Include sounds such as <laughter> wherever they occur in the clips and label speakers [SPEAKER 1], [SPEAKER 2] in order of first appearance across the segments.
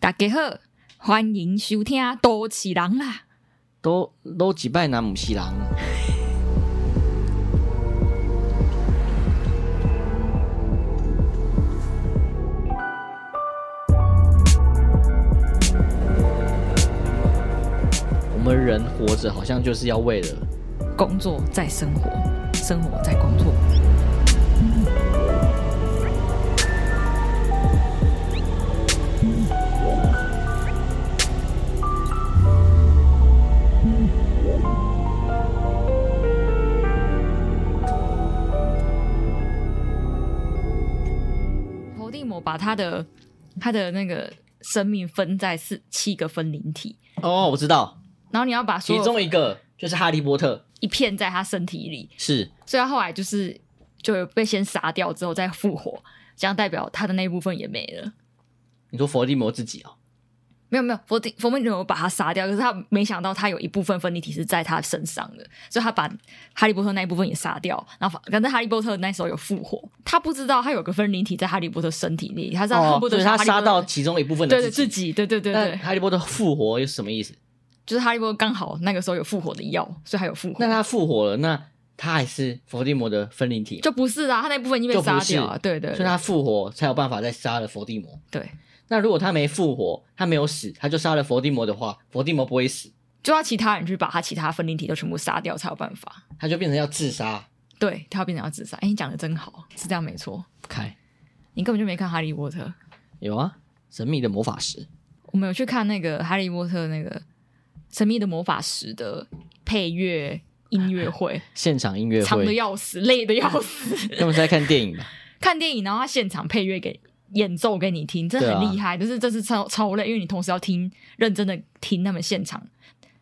[SPEAKER 1] 大家好，欢迎收听《都市人》啦。
[SPEAKER 2] 都都几摆男毋是人，我们人活着好像就是要为了
[SPEAKER 1] 工作在生活，生活在工作。伏地魔把他的他的那个生命分在四七个分灵体，
[SPEAKER 2] 哦，我知道，
[SPEAKER 1] 然后你要把所
[SPEAKER 2] 其
[SPEAKER 1] 有
[SPEAKER 2] 中一个就是哈利波特，
[SPEAKER 1] 一片在他身体里，
[SPEAKER 2] 是
[SPEAKER 1] 所以他后来就是就被先杀掉之后再复活，这样代表他的那一部分也没了。
[SPEAKER 2] 你说伏地魔自己哦，
[SPEAKER 1] 没有没有，佛地佛门有把他杀掉，可是他没想到他有一部分分离体是在他身上的，所以他把哈利波特那一部分也杀掉，然后反正哈利波特那时候有复活，他不知道他有个分离体在哈利波特身体里，他是恨不
[SPEAKER 2] 哦，
[SPEAKER 1] 得
[SPEAKER 2] 就是
[SPEAKER 1] 把
[SPEAKER 2] 他
[SPEAKER 1] 哈利波
[SPEAKER 2] 杀
[SPEAKER 1] 特
[SPEAKER 2] 到其中一部分的
[SPEAKER 1] 对对自己，对对对
[SPEAKER 2] 但
[SPEAKER 1] 对，
[SPEAKER 2] 哈利波特复活又是什么意思？
[SPEAKER 1] 就是哈利波特刚好那个时候有复活的药，所以他有复活。
[SPEAKER 2] 那他复活了，那他还是伏地魔的分灵体吗，
[SPEAKER 1] 就不是啦，啊他那部分已经被
[SPEAKER 2] 就不
[SPEAKER 1] 杀
[SPEAKER 2] 是
[SPEAKER 1] 掉了，对对
[SPEAKER 2] 所以
[SPEAKER 1] 对
[SPEAKER 2] 他复活才有办法再杀了伏地魔。
[SPEAKER 1] 对，
[SPEAKER 2] 那如果他没复活，他没有死，他就杀了伏地魔的话，伏地魔不会死，
[SPEAKER 1] 就要其他人去把他其他分灵体都全部杀掉才有办法。
[SPEAKER 2] 他就变成要自杀。
[SPEAKER 1] 对他要变成要自杀，哎、你讲的真好，是这样没错。
[SPEAKER 2] 看，
[SPEAKER 1] 你根本就没看《哈利波特》，
[SPEAKER 2] 有啊，神秘的魔法石
[SPEAKER 1] 我们有去看那个《哈利波特》那个《神秘的魔法石》的配乐音乐
[SPEAKER 2] <laughs>
[SPEAKER 1] 会，
[SPEAKER 2] 现场音乐
[SPEAKER 1] 长的
[SPEAKER 2] 啊会，
[SPEAKER 1] 要死，累的要死。
[SPEAKER 2] 他们是在看电影吧？ <laughs>
[SPEAKER 1] 看电影，然后他现场配乐给演奏给你听，真的
[SPEAKER 2] 对
[SPEAKER 1] 很
[SPEAKER 2] 啊
[SPEAKER 1] 厉害。就是这是超超累，因为你同时要听认真的听他们现场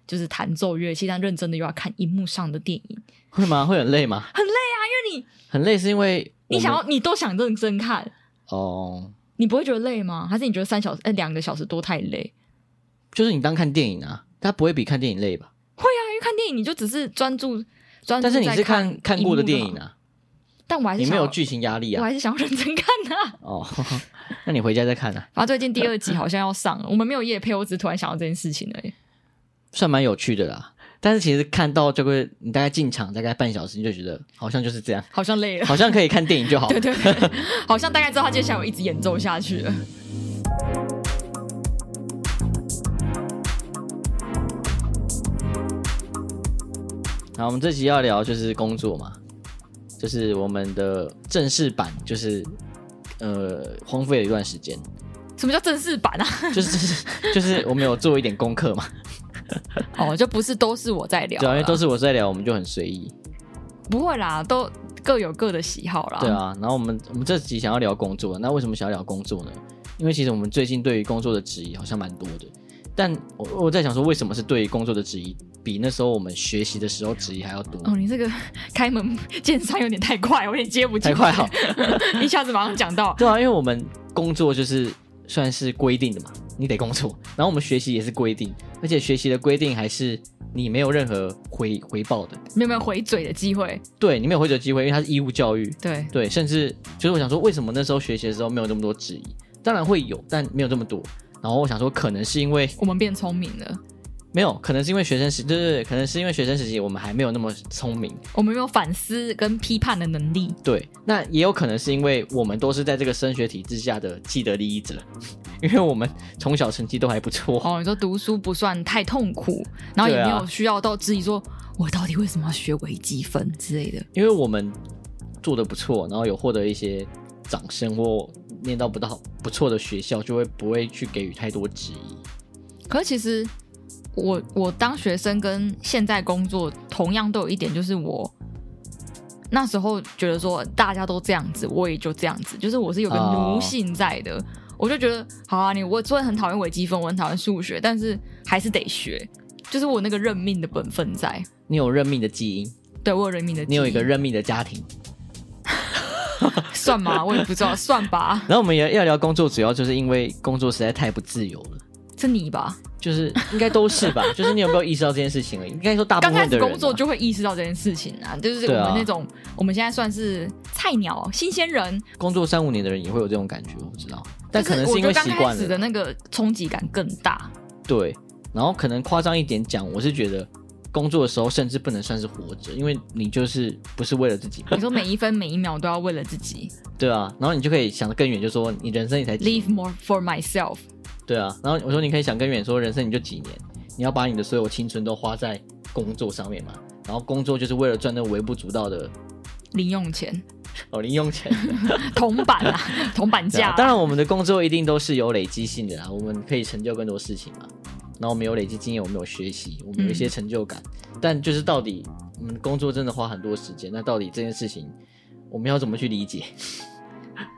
[SPEAKER 1] 就是弹奏乐器，但认真的又要看荧幕上的电影，
[SPEAKER 2] 会吗？会很累吗？
[SPEAKER 1] 很累啊。因为你
[SPEAKER 2] 很累是因为我
[SPEAKER 1] 你
[SPEAKER 2] 们
[SPEAKER 1] 想要你都想认真看，
[SPEAKER 2] 哦，
[SPEAKER 1] 你不会觉得累吗？还是你觉得三小时呃两个小时多太累？
[SPEAKER 2] 就是你当看电影啊，它不会比看电影累吧？
[SPEAKER 1] 会啊，因为看电影你就只是专注专注，
[SPEAKER 2] 但是你是看看过的电影
[SPEAKER 1] 啊，
[SPEAKER 2] 啊，
[SPEAKER 1] 但我还是
[SPEAKER 2] 你没
[SPEAKER 1] 想要
[SPEAKER 2] 有剧情压力
[SPEAKER 1] 我
[SPEAKER 2] 啊。
[SPEAKER 1] 还是想要认真看啊。
[SPEAKER 2] 哦， <laughs> 那你回家再看啊，
[SPEAKER 1] 然后最近第二集好像要上了，我们没有夜配，我只是突然想到这件事情而已。
[SPEAKER 2] 算蛮有趣的啦。但是其实看到就会，你大概进场大概半小时，你就觉得好像就是这样，
[SPEAKER 1] 好像累了，
[SPEAKER 2] 好像可以看电影就好。
[SPEAKER 1] <laughs> 对对对，好像大概知道他接下来会一直演奏下去了。
[SPEAKER 2] 嗯好，我们这集要聊就是工作嘛，就是我们的正式版，就是呃荒废了一段时间，
[SPEAKER 1] 什么叫正式版啊？
[SPEAKER 2] <laughs> 就是就是就是我们有做一点功课嘛，
[SPEAKER 1] 哦，就不是都是我在聊
[SPEAKER 2] 对啊，
[SPEAKER 1] 啦，
[SPEAKER 2] 因为都是我在聊，我们就很随意，
[SPEAKER 1] 不会啦，都各有各的喜好啦。
[SPEAKER 2] 对，啊。然后我们我们这集想要聊工作，那为什么想要聊工作呢？因为其实我们最近对于工作的质疑好像蛮多的，但我我在想说，为什么是对于工作的质疑比那时候我们学习的时候质疑还要多？
[SPEAKER 1] 哦，你这个开门见山有点太快，我有点接不进
[SPEAKER 2] 太
[SPEAKER 1] 去，
[SPEAKER 2] 快好，
[SPEAKER 1] <laughs> 一下子马上讲到。
[SPEAKER 2] 对啊，因为我们工作就是算是规定的嘛，你得工作。然后我们学习也是规定，而且学习的规定还是你没有任何回回报的，
[SPEAKER 1] 你有没有回嘴的机会？
[SPEAKER 2] 对你没有回嘴机会，因为它是义务教育。
[SPEAKER 1] 对，
[SPEAKER 2] 对，甚至就是我想说，为什么那时候学习的时候没有这么多质疑？当然会有，但没有这么多。然后我想说，可能是因为
[SPEAKER 1] 我们变聪明了，
[SPEAKER 2] 没有，可能是因为学生时，对对对，可能是因为学生时期我们还没有那么聪明，
[SPEAKER 1] 我们有没有反思跟批判的能力？
[SPEAKER 2] 对，那也有可能是因为我们都是在这个升学体制下的既得利益者， <laughs> 因为我们从小成绩都还不错，
[SPEAKER 1] 哦，你说读书不算太痛苦，然后也
[SPEAKER 2] 对啊
[SPEAKER 1] 没有需要到质疑说，我到底为什么要学微积分之类的。
[SPEAKER 2] 因为我们做的不错，然后有获得一些掌声或念到不到不错的学校，就会不会去给予太多质疑。
[SPEAKER 1] 可是其实我我当学生跟现在工作同样都有一点，就是我那时候觉得说大家都这样子，我也就这样子，就是我是有个
[SPEAKER 2] 哦
[SPEAKER 1] 奴性在的。我就觉得，好啊，你我虽然很讨厌微积分，我很讨厌数学，但是还是得学，就是我那个认命的本分在。
[SPEAKER 2] 你有认命的基因，
[SPEAKER 1] 对我有认命的基因，
[SPEAKER 2] 你有一个认命的家庭。
[SPEAKER 1] 算
[SPEAKER 2] <laughs>
[SPEAKER 1] 吗？我也不知道，算吧，
[SPEAKER 2] 然后我们也要聊工作，主要就是因为工作实在太不自由了，
[SPEAKER 1] 是你吧？
[SPEAKER 2] 就是应该都是吧，
[SPEAKER 1] <laughs>
[SPEAKER 2] 就是你有没有意识到这件事情而已？应该说大部
[SPEAKER 1] 刚开
[SPEAKER 2] 分的
[SPEAKER 1] 始
[SPEAKER 2] 人啊、
[SPEAKER 1] 工作就会意识到这件事情啊，就是我
[SPEAKER 2] 对啊
[SPEAKER 1] 们那种、我们现在算是菜鸟、新鲜人，
[SPEAKER 2] 工作三五年的人也会有这种感觉，我不知道。但
[SPEAKER 1] 就
[SPEAKER 2] 可能
[SPEAKER 1] 我
[SPEAKER 2] 因
[SPEAKER 1] 觉
[SPEAKER 2] 为
[SPEAKER 1] 得刚
[SPEAKER 2] 习惯
[SPEAKER 1] 开始的
[SPEAKER 2] 了，
[SPEAKER 1] 那个冲击感更大。
[SPEAKER 2] 对。然后可能夸张一点讲，我是觉得工作的时候甚至不能算是活着，因为你就是不是为了自己，
[SPEAKER 1] 你说每一分每一秒都要为了自己
[SPEAKER 2] 对啊。然后你就可以想得更远，就说你人生你才几
[SPEAKER 1] ，live more for myself。
[SPEAKER 2] 对啊。然后我说你可以想更远，说人生你就几年，你要把你的所有青春都花在工作上面嘛。然后工作就是为了赚那微不足道的
[SPEAKER 1] 零用钱、 <laughs>
[SPEAKER 2] 哦零用钱，
[SPEAKER 1] 铜板啊， <laughs> 铜板
[SPEAKER 2] 对
[SPEAKER 1] 价、
[SPEAKER 2] 啊当然，我们的工作一定都是有累积性的啦，我们可以成就更多事情嘛。然后我们有累积经验，我们有学习，我们有一些成就感。但就是到底，我们工作真的花很多时间，那到底这件事情，我们要怎么去
[SPEAKER 1] <laughs>
[SPEAKER 2] 理解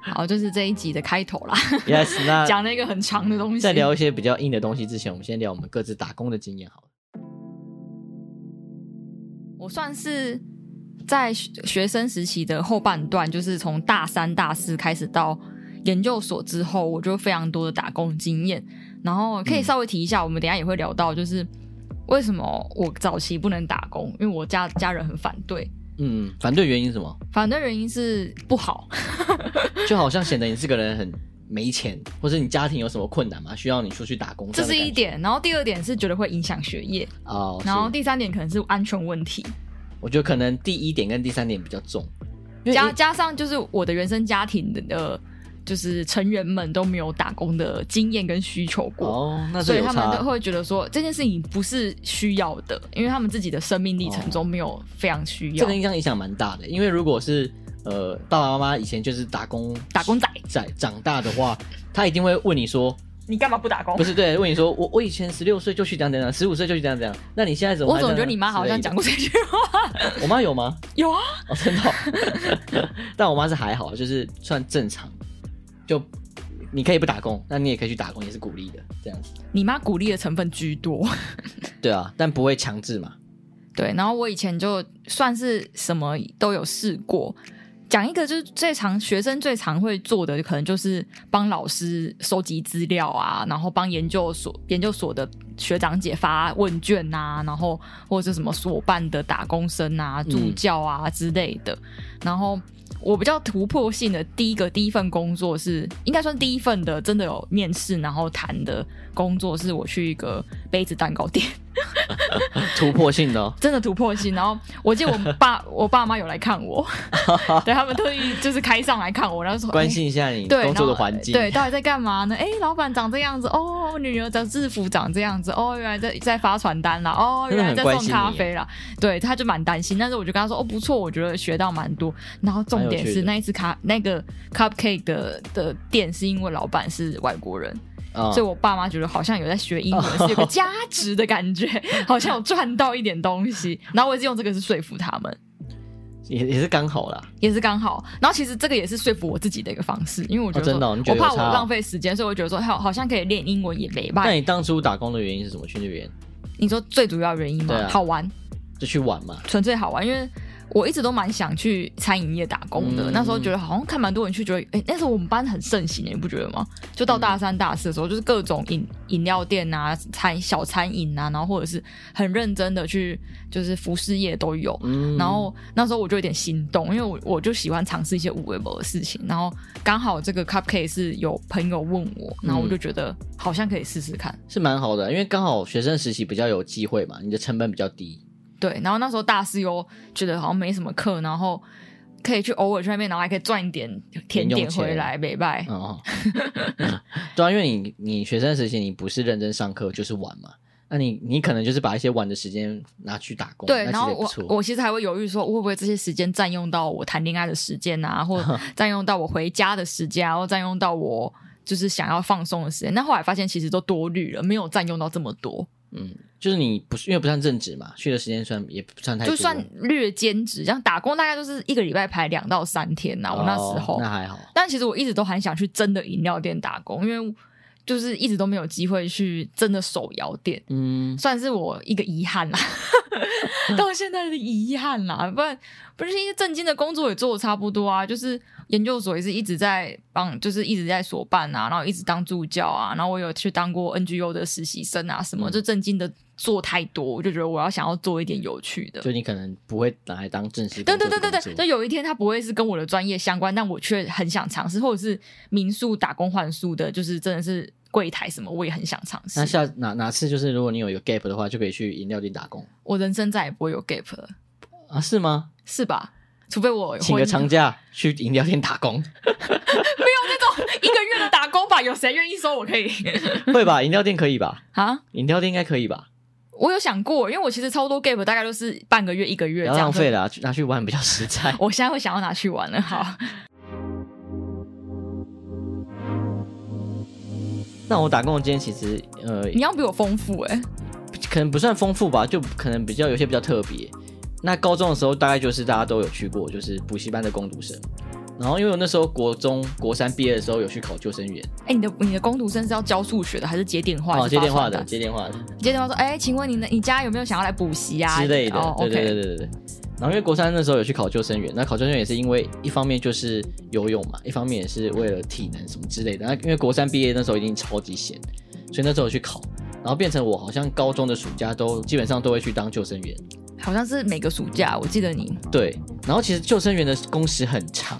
[SPEAKER 1] 好，就是这一集的开头啦，
[SPEAKER 2] ？Yes，那
[SPEAKER 1] 讲了一个很长的东西。
[SPEAKER 2] 啊在聊一些比较硬的东西之前，我们先聊我们各自打工的经验好了。
[SPEAKER 1] 我算是在学学生时期的后半段，就是从大三、大四开始到研究所之后，我就非常多的打工经验。然后
[SPEAKER 2] 嗯
[SPEAKER 1] 可以稍微提一下，我们等一下也会聊到，就是为什么我早期不能打工，因为我家家人很反对，
[SPEAKER 2] 嗯，反对原因是什么？
[SPEAKER 1] 反对原因是不好。
[SPEAKER 2] 就好像显得你这个人很没钱，或者你家庭有什么困难嘛，需要你出去打工。
[SPEAKER 1] 这
[SPEAKER 2] 样的
[SPEAKER 1] 是一
[SPEAKER 2] 感觉
[SPEAKER 1] 点，然后第二点是觉得会影响学业，
[SPEAKER 2] 哦。
[SPEAKER 1] 然后
[SPEAKER 2] 是
[SPEAKER 1] 第三点可能是安全问题，
[SPEAKER 2] 我觉得可能第一点跟第三点比较重，因为
[SPEAKER 1] 加
[SPEAKER 2] 一
[SPEAKER 1] 加上就是我的原生家庭的呃，就是成员们都没有打工的经验跟需求过，
[SPEAKER 2] 哦，那这
[SPEAKER 1] 所以
[SPEAKER 2] 有
[SPEAKER 1] 他
[SPEAKER 2] 差
[SPEAKER 1] 们都会觉得说这件事情不是需要的，因为他们自己的生命历程中没有非常需
[SPEAKER 2] 哦这
[SPEAKER 1] 要。
[SPEAKER 2] 个影响影响蛮大的，因为如果是呃爸爸妈妈以前就是打工
[SPEAKER 1] 打工仔，
[SPEAKER 2] 仔长大的话，他一定会问你说，
[SPEAKER 1] 你干嘛不打工
[SPEAKER 2] 不？是对，问你说我我以前十六岁就去这样这样，十五岁就去这样这样，那你现在怎么
[SPEAKER 1] 我
[SPEAKER 2] 还这
[SPEAKER 1] 总
[SPEAKER 2] 样？
[SPEAKER 1] 觉得你妈好像讲过这句话。 <laughs>
[SPEAKER 2] 之类的，我妈有吗？
[SPEAKER 1] 有啊，
[SPEAKER 2] 哦，真的哦、 <laughs> 但我妈是还好，就是算正常，就你可以不打工，那你也可以去打工，也是鼓励的这样子，
[SPEAKER 1] 你妈鼓励的成分居多。
[SPEAKER 2] 对啊，但不会强制嘛，
[SPEAKER 1] 对，然后我以前就算是什么都有试过。讲一个就是最常学生最常会做的，可能就是帮老师收集资料啊，然后帮研究所研究所的学长姐发问卷啊，然后或者是什么所办的打工生啊、助教啊之类的。然后我比较突破性的第一个第一份工作是，应该算第一份的，真的有面试然后谈的工作，是我去一个杯子蛋糕店。
[SPEAKER 2] 突破性的、哦。
[SPEAKER 1] 真的突破性。然后我记得我爸 <laughs> 我爸妈有来看
[SPEAKER 2] <laughs>
[SPEAKER 1] 我，对他们特意就是开上来看我，然后说
[SPEAKER 2] 关。
[SPEAKER 1] 哎
[SPEAKER 2] 心一下你
[SPEAKER 1] 对
[SPEAKER 2] 工作的
[SPEAKER 1] 然后
[SPEAKER 2] 环境，
[SPEAKER 1] 对，到底在干嘛呢？哎，老板长这样子哦，女儿的制服长这样子哦，原来在在发传单啦，
[SPEAKER 2] <laughs>
[SPEAKER 1] 哦，
[SPEAKER 2] 真
[SPEAKER 1] 原来
[SPEAKER 2] 的很
[SPEAKER 1] 在
[SPEAKER 2] 关
[SPEAKER 1] 送
[SPEAKER 2] 心
[SPEAKER 1] 咖
[SPEAKER 2] 你
[SPEAKER 1] 啡啦。对，他就蛮担心，但是我就跟他说哦，不错，我觉得学到蛮多。然后重点
[SPEAKER 2] 蛮有趣
[SPEAKER 1] 是
[SPEAKER 2] 的
[SPEAKER 1] 那一次咖那个 cupcake 的的店是因为老板是外国人，
[SPEAKER 2] 啊
[SPEAKER 1] 所以我爸妈觉得好像有在学英文，是有个价值的感
[SPEAKER 2] <laughs>
[SPEAKER 1] 觉，好像有赚到一点东西。然后我也是用这个是说服他们，
[SPEAKER 2] 也也是刚好啦。
[SPEAKER 1] 也是刚好。然后其实这个也是说服我自己的一个方式，因为我觉得
[SPEAKER 2] 哦
[SPEAKER 1] 说、
[SPEAKER 2] 真的哦你觉
[SPEAKER 1] 我
[SPEAKER 2] 得有
[SPEAKER 1] 怕我
[SPEAKER 2] 差哦
[SPEAKER 1] 浪费时间，所以我觉得说好好像可以练英文也没
[SPEAKER 2] 那
[SPEAKER 1] 办
[SPEAKER 2] 你当初打工的原因是什么？去那边
[SPEAKER 1] 你说最主要原因嘛，
[SPEAKER 2] 对啊
[SPEAKER 1] 好玩，
[SPEAKER 2] 就去玩嘛？
[SPEAKER 1] 纯粹好玩，因为。我一直都蛮想去餐饮业打工的，
[SPEAKER 2] 嗯
[SPEAKER 1] 那时候觉得好像看蛮多人去，觉得哎、那时候我们班很盛行，你不觉得吗？就到大三、大四的时候，就是各种饮饮料店啊、餐小餐饮啊，然后或者是很认真的去，就是服饰业都有。
[SPEAKER 2] 嗯，
[SPEAKER 1] 然后那时候我就有点心动，因为我我就喜欢尝试一些无微博的事情，然后刚好这个 cupcake 是有朋友问我，然后我就觉得好像可以试试看。
[SPEAKER 2] 是蛮好的，因为刚好学生实习比较有机会嘛，你的成本比较低。
[SPEAKER 1] 对，然后那时候大四又觉得好像没什么课，然后可以去偶尔去那边，然后还可以赚一点甜点回来，美拜。
[SPEAKER 2] 哦， <laughs> 对啊，因为你你学生实习你不是认真上课就是玩嘛，那你你可能就是把一些玩的时间拿去打工，
[SPEAKER 1] 对，
[SPEAKER 2] 那
[SPEAKER 1] 然
[SPEAKER 2] 其实
[SPEAKER 1] 后
[SPEAKER 2] 也不
[SPEAKER 1] 我
[SPEAKER 2] 错。
[SPEAKER 1] 我其实还会犹豫说，会不会这些时间占用到我谈恋爱的时间啊，
[SPEAKER 2] <laughs>
[SPEAKER 1] 或占用到我回家的时间、啊，或占用到我就是想要放松的时间。但后来发现其实都多虑了，没有占用到这么多，
[SPEAKER 2] 嗯，就是你不是因为不算正职嘛，去的时间算也不算太多，
[SPEAKER 1] 就算略兼职，这样打工大概就是一个礼拜排两到三天啊呐、我那时候、
[SPEAKER 2] 哦那还好，
[SPEAKER 1] 但其实我一直都很想去真的饮料店打工，因为就是一直都没有机会去真的手摇店，
[SPEAKER 2] 嗯，
[SPEAKER 1] 算是我一个遗憾
[SPEAKER 2] <laughs>
[SPEAKER 1] 啦，到现在的遗憾啦。不然不是一些正经的工作也做的差不多啊，就是研究所也是一直在帮，就是一直在所办啊，然后一直当助教啊，然后我有去当过 NGO 的实习生啊，什么
[SPEAKER 2] 嗯
[SPEAKER 1] 就正经的做太多，我就觉得我要想要做一点有趣的。
[SPEAKER 2] 就你可能不会拿来当正式
[SPEAKER 1] 对对
[SPEAKER 2] 工作的
[SPEAKER 1] 对
[SPEAKER 2] 工作。
[SPEAKER 1] 对对，就有一天它不会是跟我的专业相关，但我却很想尝试，或者是民宿打工换宿的，就是真的是柜台什么，我也很想尝
[SPEAKER 2] 那
[SPEAKER 1] 试。
[SPEAKER 2] 下哪哪次就是如果你有一个 gap 的话，就可以去饮料店打工
[SPEAKER 1] 我人生再也不会有 gap 了，
[SPEAKER 2] 啊？是吗？
[SPEAKER 1] 是吧？除非我
[SPEAKER 2] 请
[SPEAKER 1] 婚
[SPEAKER 2] 个
[SPEAKER 1] 姻
[SPEAKER 2] 长假去饮料店打工，
[SPEAKER 1] 一个月的打工吧，有谁愿意说我可以
[SPEAKER 2] 会吧？饮料店可以吧？
[SPEAKER 1] 啊？
[SPEAKER 2] 饮料店应该可以吧？
[SPEAKER 1] 我有想过，因为我其实超多 gap，大概都是半个月、一个月
[SPEAKER 2] 不
[SPEAKER 1] 这
[SPEAKER 2] 要
[SPEAKER 1] 样
[SPEAKER 2] 浪费
[SPEAKER 1] 了。
[SPEAKER 2] 了啊，去拿去玩比较实在。
[SPEAKER 1] 我现在会想要拿去玩了，好。
[SPEAKER 2] 那我打工的经验其实呃，
[SPEAKER 1] 你要比我丰富哎、
[SPEAKER 2] 可能不算丰富吧，就可能比较有些比较特别。那高中的时候大概就是大家都有去过，就是补习班的攻读生。然后因为我那时候国中国三毕业的时候有去考救生员，
[SPEAKER 1] 哎、你的你的工读生是要教数学的，还是接电话？
[SPEAKER 2] 哦，
[SPEAKER 1] 还是
[SPEAKER 2] 接电话
[SPEAKER 1] 发传
[SPEAKER 2] 的，
[SPEAKER 1] 单
[SPEAKER 2] 接电话的。
[SPEAKER 1] 接电话说，哎、请问你的你家有没有想要来补习啊
[SPEAKER 2] 之类的，
[SPEAKER 1] 哦、
[SPEAKER 2] 对
[SPEAKER 1] o
[SPEAKER 2] 对
[SPEAKER 1] k
[SPEAKER 2] 对对对对。然后因为国三那时候有去考救生员，那考救生员也是因为一方面就是游泳嘛，一方面也是为了体能什么之类的。那因为国三毕业那时候已经超级闲，所以那时候有去考，然后变成我好像高中的暑假都基本上都会去当救生员。
[SPEAKER 1] 好像是每个暑假，我记得你
[SPEAKER 2] 对，然后其实救生员的工时很长，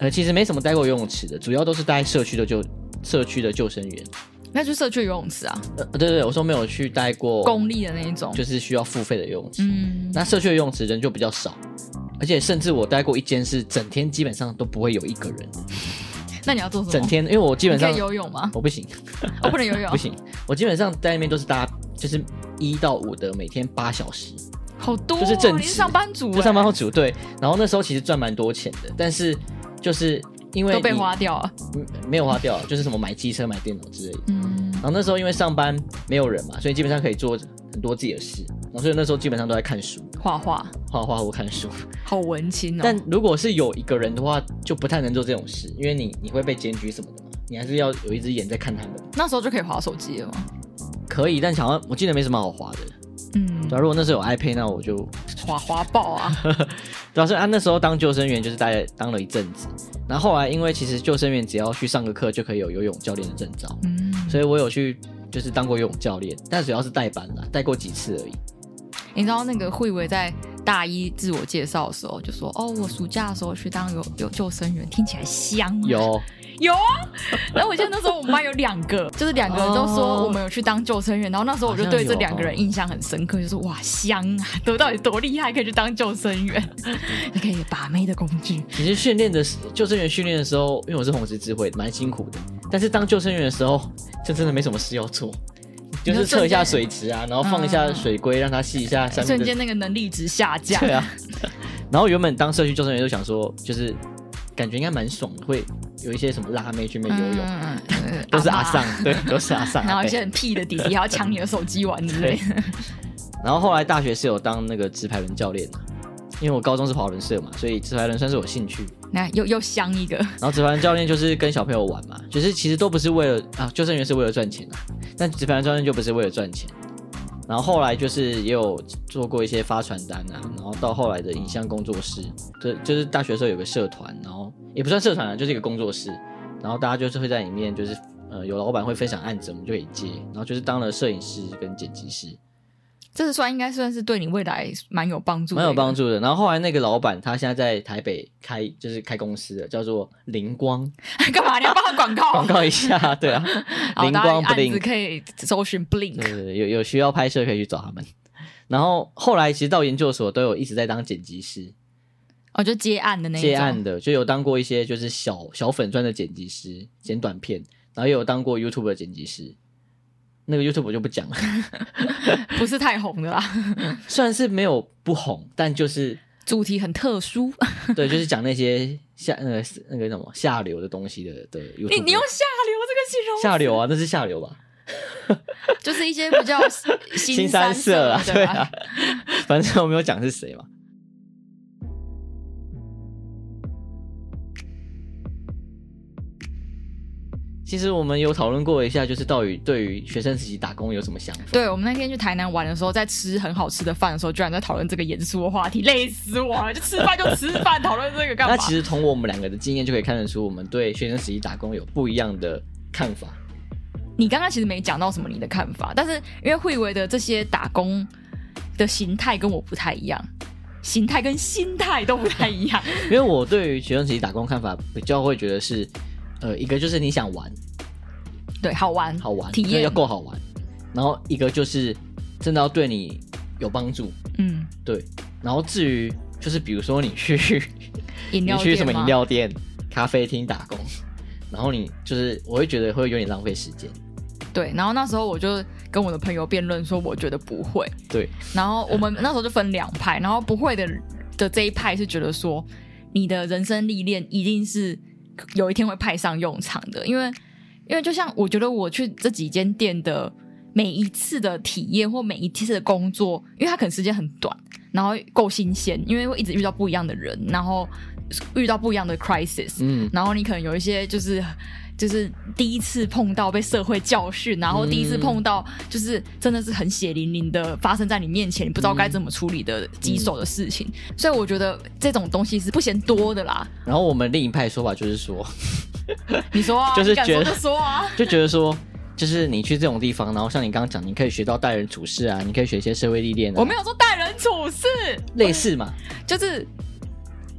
[SPEAKER 2] 呃，其实没什么待过游泳池的，主要都是待社区的救社区的救生员。
[SPEAKER 1] 那就社区游泳池啊，
[SPEAKER 2] 呃，对对，我说没有去待过
[SPEAKER 1] 公立的那一种，
[SPEAKER 2] 哦就是需要付费的游泳池。
[SPEAKER 1] 嗯，
[SPEAKER 2] 那社区的游泳池人就比较少，而且甚至我待过一间是整天基本上都不会有一个人，
[SPEAKER 1] 哦那你要做什
[SPEAKER 2] 整
[SPEAKER 1] 么？
[SPEAKER 2] 天因为我基本
[SPEAKER 1] 你可
[SPEAKER 2] 上
[SPEAKER 1] 以游泳
[SPEAKER 2] <laughs>
[SPEAKER 1] 吗？
[SPEAKER 2] 我不行
[SPEAKER 1] 我、不能游泳
[SPEAKER 2] 不，行，我基本上在那边都是搭就是一到五的每天八小时，
[SPEAKER 1] 好多、哦，
[SPEAKER 2] 就是正
[SPEAKER 1] 你
[SPEAKER 2] 职
[SPEAKER 1] 是上班族、
[SPEAKER 2] 就上班
[SPEAKER 1] 哎
[SPEAKER 2] 后组队，然后那时候其实赚蛮多钱的，但是就是因为
[SPEAKER 1] 都被
[SPEAKER 2] 你
[SPEAKER 1] 花掉了，
[SPEAKER 2] 嗯没有花掉，就是什么买机车、买电脑之类的。
[SPEAKER 1] 嗯，
[SPEAKER 2] 然后那时候因为上班没有人嘛，所以基本上可以做很多自己的事，然后所以那时候基本上都在看书、
[SPEAKER 1] 画画，
[SPEAKER 2] 画画或看书。
[SPEAKER 1] 好文青哦，
[SPEAKER 2] 但如果是有一个人的话，就不太能做这种事，因为你你会被检举什么的嘛，你还是要有一只眼在看他们。
[SPEAKER 1] 那时候就可以划手机了吗？
[SPEAKER 2] 可以，但好像我记得没什么好滑的。
[SPEAKER 1] 嗯
[SPEAKER 2] 对、，啊，如果那时候有 iPad，那我就
[SPEAKER 1] 划划爆啊，
[SPEAKER 2] <laughs> 主要是啊他那时候当救生员，就是大概当了一阵子。然后后来因为其实救生员只要去上个课就可以有游泳教练的证照，
[SPEAKER 1] 嗯，
[SPEAKER 2] 所以我有去就是当过游泳教练，但主要是代班啦，带过几次而已。
[SPEAKER 1] 你知道那个慧伟在大一自我介绍的时候就说：“哦，我暑假的时候去当有有救生员，听起来香、啊。”
[SPEAKER 2] 有，
[SPEAKER 1] 有啊！然后我记得那时候我们班有两个，就是两个人都
[SPEAKER 2] 哦
[SPEAKER 1] 说我们有去当救生员，然后那时候我就对这两个人印象很深刻，就说：“哇，香啊！都到底多厉害，可以去当救生员， <laughs> 你可以把妹的工具。
[SPEAKER 2] 其实训练的时救生员训练的时候，因为我是红十字会，蛮辛苦的。但是当救生员的时候，就真的没什么事要做，就
[SPEAKER 1] 你就是
[SPEAKER 2] 测一下水池啊，然后放一下水龟，让它吸一下”上面
[SPEAKER 1] 瞬
[SPEAKER 2] 的。
[SPEAKER 1] 间那个能力值下降。
[SPEAKER 2] 对啊。然后原本当社区救生员就想说，就是感觉应该蛮爽的，会有一些什么辣妹去那
[SPEAKER 1] 嗯，
[SPEAKER 2] 边游泳，
[SPEAKER 1] 嗯嗯
[SPEAKER 2] 都是阿
[SPEAKER 1] 妈
[SPEAKER 2] 尚，对，都是阿尚。
[SPEAKER 1] <laughs> 然后
[SPEAKER 2] 阿
[SPEAKER 1] 一
[SPEAKER 2] 贝
[SPEAKER 1] 些很屁的弟弟还要抢你的手机玩之类的。
[SPEAKER 2] 然后后来大学是有当那个直排轮教练的，因为我高中是跑轮社嘛，所以直排轮算是我兴趣。
[SPEAKER 1] 那又又香一个，
[SPEAKER 2] 然后直盘教练就是跟小朋友玩嘛，就是其实都不是为了啊，救生员是为了赚钱啊，但直盘教练就不是为了赚钱。然后后来就是也有做过一些发传单啊，然后到后来的影像工作室，就就是大学的时候有个社团，然后也不算社团啊，就是一个工作室，然后大家就是会在里面就是呃有老板会分享案子，我们就可以接，然后就是当了摄影师跟剪辑师，
[SPEAKER 1] 这是算应该算是对你未来蛮有帮助的，
[SPEAKER 2] 蛮有帮。助的。然后后来那个老板他现在在台北开就是开公司了，叫做灵光，
[SPEAKER 1] <laughs> 干嘛？你要帮他广告？
[SPEAKER 2] 广告
[SPEAKER 1] <laughs>
[SPEAKER 2] 一下，对啊，
[SPEAKER 1] 好
[SPEAKER 2] 灵
[SPEAKER 1] 大家
[SPEAKER 2] 光
[SPEAKER 1] 案子
[SPEAKER 2] blink，
[SPEAKER 1] 可以搜寻 blink。
[SPEAKER 2] 对对对有有需要拍摄可以去找他们。然后后来其实到研究所都有一直在当剪辑师，
[SPEAKER 1] 哦，就接案的那一种
[SPEAKER 2] 接案的就有当过一些就是小小粉砖的剪辑师，剪短片，然后也有当过 YouTube 的剪辑师。那个 YouTube 我就
[SPEAKER 1] <laughs>
[SPEAKER 2] 不讲了，
[SPEAKER 1] 不是太红的啦，
[SPEAKER 2] 虽然是没有不红，但就是
[SPEAKER 1] 主题很特殊。
[SPEAKER 2] 对，就是讲那些下呃那个什么下流的东西的的 YouTube。
[SPEAKER 1] 你你用下流这个形容，
[SPEAKER 2] 下流啊，那是下流吧？
[SPEAKER 1] 就是一些比较新
[SPEAKER 2] 三
[SPEAKER 1] 色
[SPEAKER 2] 啊，
[SPEAKER 1] 的
[SPEAKER 2] 对啊，反正我没有讲是谁嘛。其实我们有讨论过一下，就是到底对于学生时期打工有什么想法？
[SPEAKER 1] 对，我们那天去台南玩的时候，在吃很好吃的饭的时候，居然在讨论这个严肃的话题，累死我了！就吃饭就吃饭，讨论这个干嘛？
[SPEAKER 2] 那其实从我们两个的经验就可以看得出，我们对学生时期打工有不一样的看法。
[SPEAKER 1] 你刚刚其实没讲到什么你的看法，但是因为慧维的这些打工的形态跟我不太一样，形态跟心态都不太一样。 <laughs>
[SPEAKER 2] 因为我对于学生时期打工看法比较会觉得是，呃，一个就是你想玩
[SPEAKER 1] 对，好玩，
[SPEAKER 2] 好玩，
[SPEAKER 1] 体
[SPEAKER 2] 就是
[SPEAKER 1] 验
[SPEAKER 2] 要够好玩，然后一个就是真的要对你有帮助，
[SPEAKER 1] 嗯，
[SPEAKER 2] 对。然后至于就是比如说你去
[SPEAKER 1] <laughs> 饮
[SPEAKER 2] 你
[SPEAKER 1] 料
[SPEAKER 2] 去
[SPEAKER 1] 店
[SPEAKER 2] 什么
[SPEAKER 1] 吗
[SPEAKER 2] 饮？料店、咖啡厅打工，然后你就是我会觉得会有点浪费时间，
[SPEAKER 1] 对，然后那时候我就跟我的朋友辩论说，我觉得不会。
[SPEAKER 2] 对，
[SPEAKER 1] 然后我们那时候就分两派，然后不会的的这一派是觉得说，你的人生历练一定是有一天会派上用场的，因为因为就像我觉得我去这几间店的每一次的体验或每一次的工作，因为它可能时间很短，然后够新鲜，因为会一直遇到不一样的人，然后遇到不一样的 crisis，
[SPEAKER 2] 嗯，
[SPEAKER 1] 然后你可能有一些就是就是第一次碰到被社会教训，然后第一
[SPEAKER 2] 嗯
[SPEAKER 1] 次碰到就是真的是很血淋淋的发生在你面前，你不知道
[SPEAKER 2] 嗯
[SPEAKER 1] 该怎么处理的棘手的事情，所以我觉得这种东西是不嫌多的啦。
[SPEAKER 2] 然后我们另一派说法就是说，
[SPEAKER 1] 你说啊，
[SPEAKER 2] 就是
[SPEAKER 1] 你敢
[SPEAKER 2] 觉
[SPEAKER 1] 说
[SPEAKER 2] 得
[SPEAKER 1] 就说啊，
[SPEAKER 2] 就觉得说，就是你去这种地方，然后像你刚刚讲，你可以学到待人处事啊，你可以学一些社会历练啊，
[SPEAKER 1] 我没有说待人处事，
[SPEAKER 2] 类似嘛，
[SPEAKER 1] 就是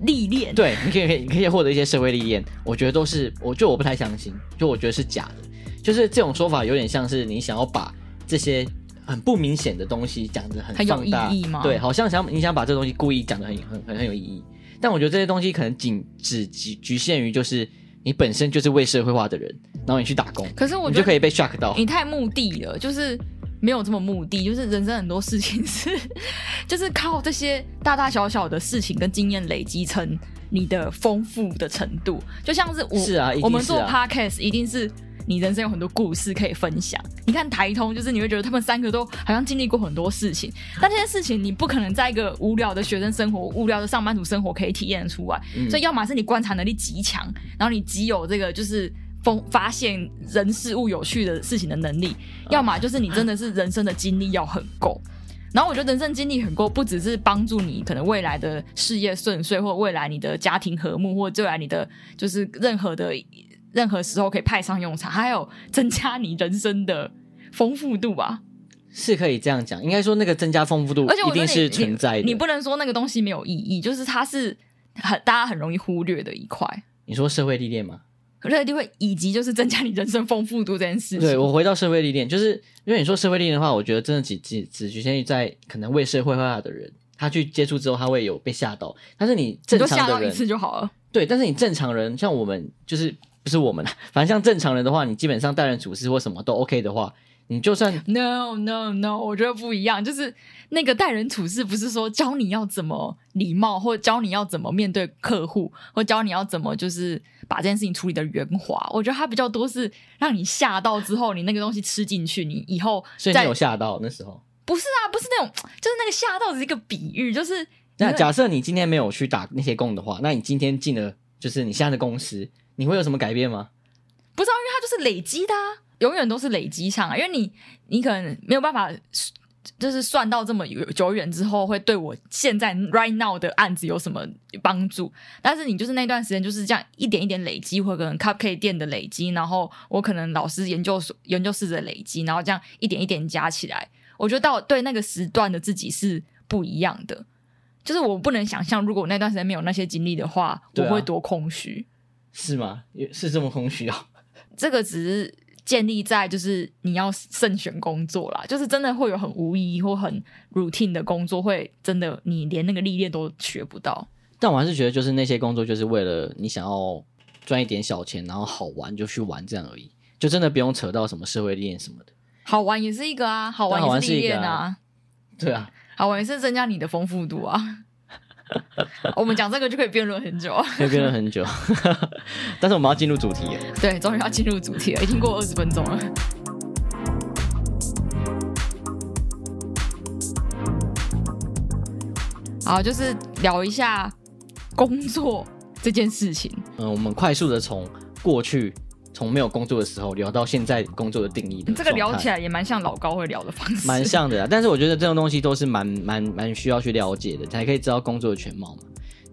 [SPEAKER 1] 历练。
[SPEAKER 2] 对，你可以可以你可以获得一些社会历练，我觉得都是，我就我不太相信，就我觉得是假的，就是这种说法有点像是你想要把这些。很不明显的东西讲得很
[SPEAKER 1] 很有
[SPEAKER 2] 放大，
[SPEAKER 1] 意义吗
[SPEAKER 2] 对，好像想你想把这东西故意讲得很很很很有意义，但我觉得这些东西可能仅只局局限于就是你本身就是为社会化的人，然后你去打工，
[SPEAKER 1] 可是我
[SPEAKER 2] 你
[SPEAKER 1] 觉
[SPEAKER 2] 就可
[SPEAKER 1] 得
[SPEAKER 2] 以被 shock 到。
[SPEAKER 1] 你太目的了，就是。没有这么目的，就是人生很多事情是， <laughs> 就是靠这些大大小小的事情跟经验累积成你的丰富的程度。就像是我，
[SPEAKER 2] 是啊一定
[SPEAKER 1] 我们
[SPEAKER 2] 是
[SPEAKER 1] 做
[SPEAKER 2] 啊
[SPEAKER 1] podcast 一定是你人生有很多故事可以分享。你看台通，就是你会觉得他们三个都好像经历过很多事情，但这些事情你不可能在一个无聊的学生生活、无聊的上班族生活可以体验得出来。
[SPEAKER 2] 嗯
[SPEAKER 1] 所以，要么是你观察能力极强，然后你极有这个就是丰发现人事物有趣的事情的能力，
[SPEAKER 2] 啊
[SPEAKER 1] 要么就是你真的是人生的经历要很够。然后我觉得人生经历很够，不只是帮助你可能未来的事业顺遂，或未来你的家庭和睦，或未来你的就是任何的任何时候可以派上用场，还有增加你人生的丰富度吧。
[SPEAKER 2] 是可以这样讲，应该说那个增加丰富度
[SPEAKER 1] 而且
[SPEAKER 2] 一
[SPEAKER 1] 我觉得
[SPEAKER 2] 定
[SPEAKER 1] 你
[SPEAKER 2] 是存在的。
[SPEAKER 1] 你，你不能说那个东西没有意义，就是它是很大家很容易忽略的一块。
[SPEAKER 2] 你说社会历练吗？
[SPEAKER 1] 可是一定会以及就是增加你人生丰富度这件事情。
[SPEAKER 2] 对我回到社会历练，就是因为你说社会历练的话，我觉得真的只只只局限于在可能为社会化的人，他去接触之后他会有被吓到，但是你
[SPEAKER 1] 你
[SPEAKER 2] 正
[SPEAKER 1] 就吓
[SPEAKER 2] 常
[SPEAKER 1] 到
[SPEAKER 2] 的
[SPEAKER 1] 一次
[SPEAKER 2] 人，
[SPEAKER 1] 就好了。
[SPEAKER 2] 对，但是你正常人像我们就是不是我们，反正像正常人的话，你基本上待人处事或什么都 OK 的话，你就算
[SPEAKER 1] No no no，我觉得不一样，就是那个待人处事，不是说教你要怎么礼貌，或教你要怎么面对客户，或教你要怎么就是把这件事情处理的圆滑。我觉得它比较多是让你吓到之后，你那个东西吃进去，你以后
[SPEAKER 2] 所以你
[SPEAKER 1] 再
[SPEAKER 2] 有吓到那时候。
[SPEAKER 1] 不是啊，不是那种，就是那个吓到只是一个比喻，就是你
[SPEAKER 2] 那
[SPEAKER 1] 会
[SPEAKER 2] 假设你今天没有去打那些工的话，那你今天进了就是你现在的公司，你会有什么改变吗？
[SPEAKER 1] 不是、啊，因为它就是累积的、啊，永远都是累积上、啊。因为你你可能没有办法，就是算到这么久久远之后会对我现在 right now 的案子有什么帮助。但是你就是那段时间就是这样一点一点累积，或者可能 cupcake 店的累积，然后我可能老师研究所研究室的累积，然后这样一点一点加起来，我觉得到对那个时段的自己是不一样的。就是我不能想象，如果我那段时间没有那些经历的话，我
[SPEAKER 2] 对啊
[SPEAKER 1] 会多空虚。
[SPEAKER 2] 是吗？是这么空虚啊？
[SPEAKER 1] 这个只是建立在就是你要慎选工作啦，就是真的会有很无意义或很 routine 的工作，会真的你连那个历练都学不到。
[SPEAKER 2] 但我还是觉得，就是那些工作就是为了你想要赚一点小钱，然后好玩就去玩这样而已，就真的不用扯到什么社会历练什么的。
[SPEAKER 1] 好玩也是一个啊，好玩
[SPEAKER 2] 但好玩
[SPEAKER 1] 也
[SPEAKER 2] 是
[SPEAKER 1] 历
[SPEAKER 2] 一个
[SPEAKER 1] 练
[SPEAKER 2] 啊
[SPEAKER 1] 啊，
[SPEAKER 2] 对 <laughs> 啊，
[SPEAKER 1] 好玩也是增加你的丰富度啊。 <laughs> 我们讲这个就可以辩论很久，啊
[SPEAKER 2] 可以辩论很久， <laughs> 但是我们要进入主题了。
[SPEAKER 1] 对，终于要进入主
[SPEAKER 2] <laughs>
[SPEAKER 1] 题了，已经过二十分钟了。好，就是聊一下工作这件事情。
[SPEAKER 2] 嗯，我们快速的从过去从没有工作的时候聊到现在工作的定义的
[SPEAKER 1] 这个聊起
[SPEAKER 2] 来
[SPEAKER 1] 来也蛮像老高会聊的方式，
[SPEAKER 2] 嗯蛮像的啊，但是我觉得这种东西都是蛮蛮蛮需要去了解的，才可以知道工作的全貌嘛。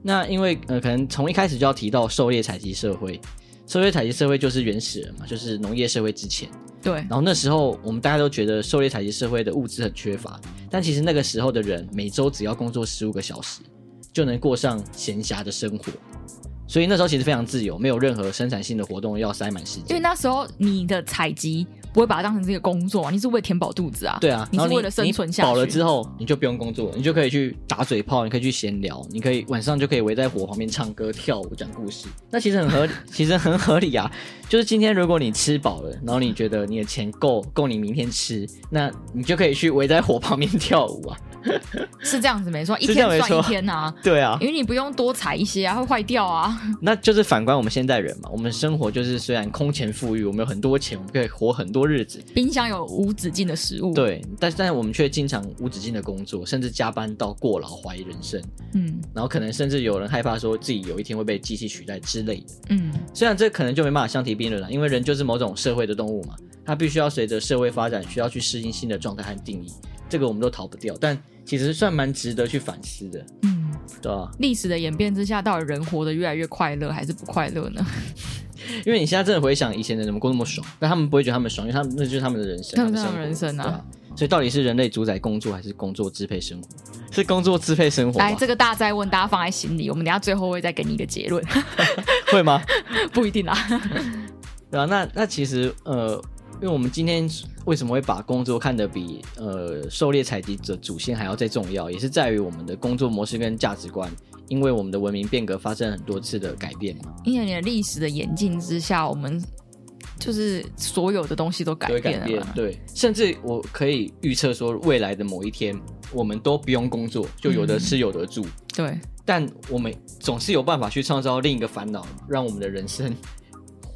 [SPEAKER 2] 那因为呃，可能从一开始就要提到狩猎采集社会，狩猎采集社会就是原始人嘛，就是农业社会之前。
[SPEAKER 1] <laughs> 对
[SPEAKER 2] 然后那时候我们大家都觉得狩猎采集社会的物资很缺乏，但其实那个时候的人每周只要工作十五个小时，就能过上闲暇的生活。所以那时候其实非常自由，没有任何生产性的活动要塞满时
[SPEAKER 1] 因为
[SPEAKER 2] 间。
[SPEAKER 1] 那时候你的采集不会把它当成是一个工作啊，你是为了填饱肚子啊，
[SPEAKER 2] 对啊，
[SPEAKER 1] 你
[SPEAKER 2] 然
[SPEAKER 1] 是
[SPEAKER 2] 后
[SPEAKER 1] 为了生存下去。
[SPEAKER 2] 你饱了之后，你就不用工作，你就可以去打嘴炮，你可以去闲聊，你可以晚上就可以围在火旁边唱歌、跳舞、讲故事。那其实
[SPEAKER 1] <laughs>
[SPEAKER 2] 很合理，其实很合理啊。就是今天如果你吃饱了，然后你觉得你的钱够够你明天吃，那你就可以去围在火旁边跳
[SPEAKER 1] <laughs>
[SPEAKER 2] 舞啊。
[SPEAKER 1] 是这样子没错，一
[SPEAKER 2] 是这样
[SPEAKER 1] 天
[SPEAKER 2] 没
[SPEAKER 1] 算一
[SPEAKER 2] 错
[SPEAKER 1] 天啊，
[SPEAKER 2] 对啊
[SPEAKER 1] 因为你不用多采一些啊，会坏掉啊。
[SPEAKER 2] 那就是反观我们现代人嘛，我们生活就是虽然空前富裕，我们有很多钱，我们可以活很多日子，
[SPEAKER 1] 冰箱有无止境的食物，，
[SPEAKER 2] 对，但是但是我们却经常无止境的工作，甚至加班到过劳，怀疑人生，
[SPEAKER 1] 嗯
[SPEAKER 2] 然后可能甚至有人害怕说自己有一天会被机器取代之类的。
[SPEAKER 1] 嗯，
[SPEAKER 2] 虽然这可能就没办法相提并论了，因为人就是某种社会的动物嘛，它必须要随着社会发展，需要去适应新的状态和定义，这个我们都逃不掉。但其实算蛮值得去反思的，
[SPEAKER 1] 嗯，
[SPEAKER 2] 对吧、
[SPEAKER 1] 历史的演变之下，到底人活得越来越快乐还是不快乐呢？
[SPEAKER 2] 因为你现在真的回想以前的人怎么过那么爽，但他们不会觉得他们爽，因为他们那就是他们的人生，
[SPEAKER 1] 他们
[SPEAKER 2] 的生活
[SPEAKER 1] 这样的人生啊
[SPEAKER 2] 对所以到底是人类主宰工作，还是工作支配生活？是工作支配生活吗
[SPEAKER 1] 来，？哎这个大灾问大家放在心里，我们等一下最后会再给你一个结论，
[SPEAKER 2] <laughs> 会吗？
[SPEAKER 1] 不一定啦。
[SPEAKER 2] 对啊，那那其实呃，因为我们今天为什么会把工作看得比呃狩猎采集者祖先还要再重要，也是在于我们的工作模式跟价值观，因为我们的文明变革发生很多次的改变嘛，
[SPEAKER 1] 因为你的历史的演进之下，我们就是所有的东西都改
[SPEAKER 2] 就会改
[SPEAKER 1] 变了
[SPEAKER 2] 变啊
[SPEAKER 1] 嘛。。
[SPEAKER 2] 对，甚至我可以预测说，未来的某一天，我们都不用工作，就有的吃有的住。
[SPEAKER 1] 对，
[SPEAKER 2] 但我们总是有办法去创造另一个烦恼，让我们的人生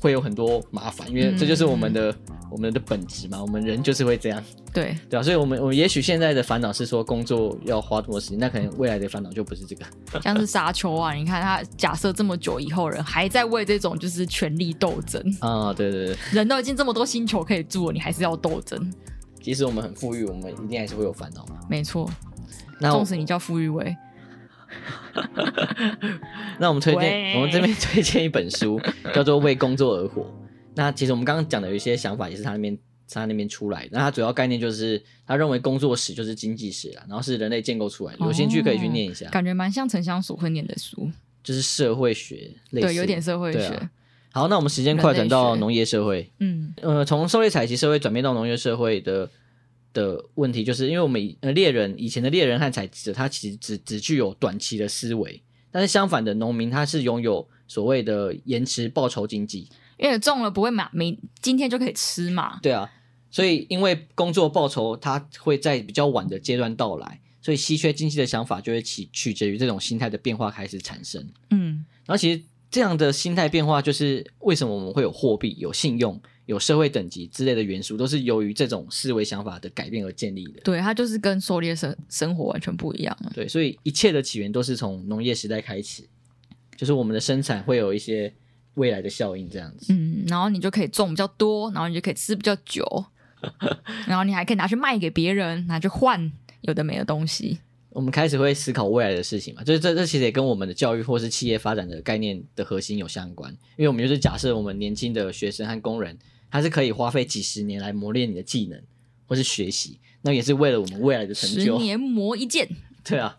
[SPEAKER 2] 会有很多麻烦，因为这就是我们的、我们的本质嘛，我们人就是会这样，
[SPEAKER 1] 对，
[SPEAKER 2] 对啊，所以我们我们也许现在的烦恼是说工作要花多少时间，那可能未来的烦恼就不是这个，
[SPEAKER 1] 像是沙丘啊，你看他假设这么久以后，人还在为这种就是权力斗争，
[SPEAKER 2] 啊、对对对，
[SPEAKER 1] 人都已经这么多星球可以住了，你还是要斗争，
[SPEAKER 2] 即使我们很富裕，我们一定还是会有烦恼嘛。
[SPEAKER 1] 没错。
[SPEAKER 2] 那我
[SPEAKER 1] 纵使你叫傅玉伟，
[SPEAKER 2] 那我们推荐
[SPEAKER 1] 喂
[SPEAKER 2] 我们这边 <laughs> 推荐一本书，叫做《为工作而活》。那其实我们刚刚讲的有一些想法也是他那边他那边出来的。那他主要概念就是他认为工作史就是经济史啦，然后是人类建构出来的。有兴趣可以去念一下，
[SPEAKER 1] 哦感觉蛮像城乡所会念的书，
[SPEAKER 2] 就是社会学类似的，
[SPEAKER 1] 对，有点社会
[SPEAKER 2] 对
[SPEAKER 1] 学，
[SPEAKER 2] 啊好，那我们时间快转到
[SPEAKER 1] 人类学
[SPEAKER 2] 农业社会。
[SPEAKER 1] 嗯
[SPEAKER 2] 呃，从狩猎采集社会转变到农业社会的的问题，就是因为我们以呃猎人以前的猎人和采集者，他其实只只具有短期的思维，但是相反的农民他是拥有所谓的延迟报酬经济。
[SPEAKER 1] 因为中了不会买，明今天就可以吃嘛，
[SPEAKER 2] 对啊，所以因为工作报酬它会在比较晚的阶段到来，所以稀缺经济的想法就会起取决于这种心态的变化开始产生。
[SPEAKER 1] 嗯
[SPEAKER 2] 然后其实这样的心态变化，就是为什么我们会有货币、有信用、有社会等级之类的元素，都是由于这种思维想法的改变而建立的。
[SPEAKER 1] 对，它就是跟狩猎生生活完全不一样了。
[SPEAKER 2] 对，所以一切的起源都是从农业时代开始，就是我们的生产会有一些未来的效应这样子。
[SPEAKER 1] 嗯，然后你就可以种比较多，然后你就可以吃比较久，
[SPEAKER 2] <laughs>
[SPEAKER 1] 然后你还可以拿去卖给别人，拿去换有的没的东西。
[SPEAKER 2] 我们开始会思考未来的事情嘛，就是这这其实也跟我们的教育或是企业发展的概念的核心有相关，因为我们就是假设我们年轻的学生和工人，他是可以花费几十年来磨练你的技能或是学习，那也是为了我们未来的成
[SPEAKER 1] 十
[SPEAKER 2] 就，
[SPEAKER 1] 年磨一剑，
[SPEAKER 2] <laughs> 对啊。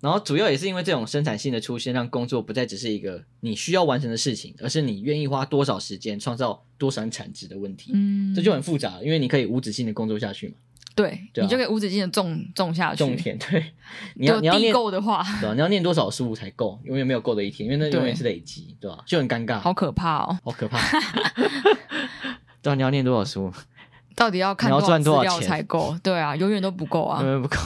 [SPEAKER 2] 然后主要也是因为这种生产性的出现，让工作不再只是一个你需要完成的事情，而是你愿意花多少时间创造多少产值的问题，
[SPEAKER 1] 嗯，
[SPEAKER 2] 这就很复杂，因为你可以无止境的工作下去嘛，
[SPEAKER 1] 对，
[SPEAKER 2] 对啊
[SPEAKER 1] 你就可以无止境的种种下去。
[SPEAKER 2] 种田对，你
[SPEAKER 1] 就
[SPEAKER 2] 要你要
[SPEAKER 1] 地
[SPEAKER 2] 念
[SPEAKER 1] 够的话，
[SPEAKER 2] 对、啊、你要念多少书才够？永远没有够的一天，因为那
[SPEAKER 1] 对
[SPEAKER 2] 永远是累积，对吧、就很尴尬，
[SPEAKER 1] 好可怕哦！<laughs>
[SPEAKER 2] 好可怕。对啊，你要念多少书？
[SPEAKER 1] 到底要看
[SPEAKER 2] 你要赚多少
[SPEAKER 1] 资料
[SPEAKER 2] 钱嗯
[SPEAKER 1] 才够？对啊，永远都不够啊。
[SPEAKER 2] 永远不够。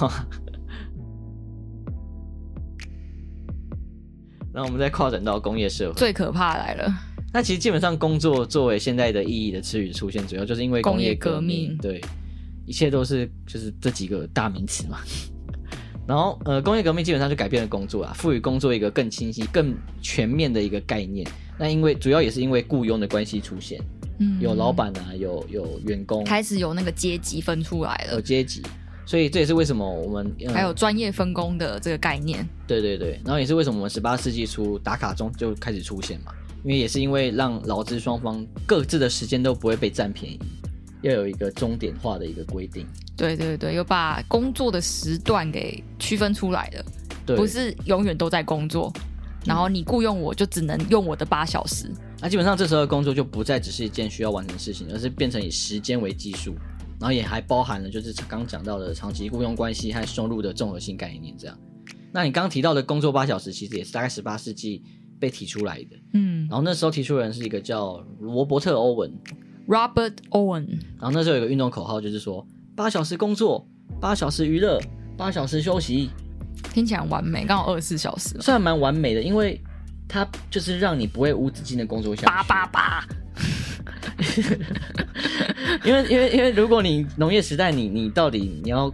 [SPEAKER 2] 那我们再跨转到工业社会，
[SPEAKER 1] 最可怕来了，
[SPEAKER 2] 那其实基本上工作作为现在的意义的词语出现，主要就是因为
[SPEAKER 1] 工
[SPEAKER 2] 工业
[SPEAKER 1] 业革
[SPEAKER 2] 革命，
[SPEAKER 1] 命
[SPEAKER 2] 对，一切都是就是这几个大名词嘛。 <laughs> 然后呃，工业革命基本上就改变了工作啊，赋予工作一个更清晰、更全面的一个概念。那因为主要也是因为雇佣的关系出现，
[SPEAKER 1] 嗯，
[SPEAKER 2] 有老板啊，有有员工，
[SPEAKER 1] 开始有那个阶级分出来了
[SPEAKER 2] 有，阶级，所以这也是为什么我们、呃、
[SPEAKER 1] 还有专业分工的这个概念。
[SPEAKER 2] 对对对，然后也是为什么我们十八世纪初打卡钟就开始出现嘛，因为也是因为让劳资双方各自的时间都不会被占便宜，要有一个终点化的一个规定。
[SPEAKER 1] 对对对，有把工作的时段给区分出来了，
[SPEAKER 2] 对，
[SPEAKER 1] 不是永远都在工作，然后你雇佣我就只能用我的八小时。
[SPEAKER 2] 那基本上这时候的工作就不再只是一件需要完成的事情，而是变成以时间为计数，然后也还包含了就是刚讲到的长期雇佣关系和收入的综合性概念。这样，那你刚刚提到的工作八小时，其实也是大概十八世纪被提出来的。
[SPEAKER 1] 嗯
[SPEAKER 2] 然后那时候提出的人是一个叫罗伯特·欧文，
[SPEAKER 1] ，Robert Owen，
[SPEAKER 2] 然后那时候有个运动口号就是说：八小时工作，八小时娱乐，八小时休息，
[SPEAKER 1] 听起来很完美，刚好二十四小时嘛，
[SPEAKER 2] 算蛮完美的，因为它就是让你不会无止境的工作下去。
[SPEAKER 1] 八八八，
[SPEAKER 2] 因为因为因为如果你农业时代你，你到底你要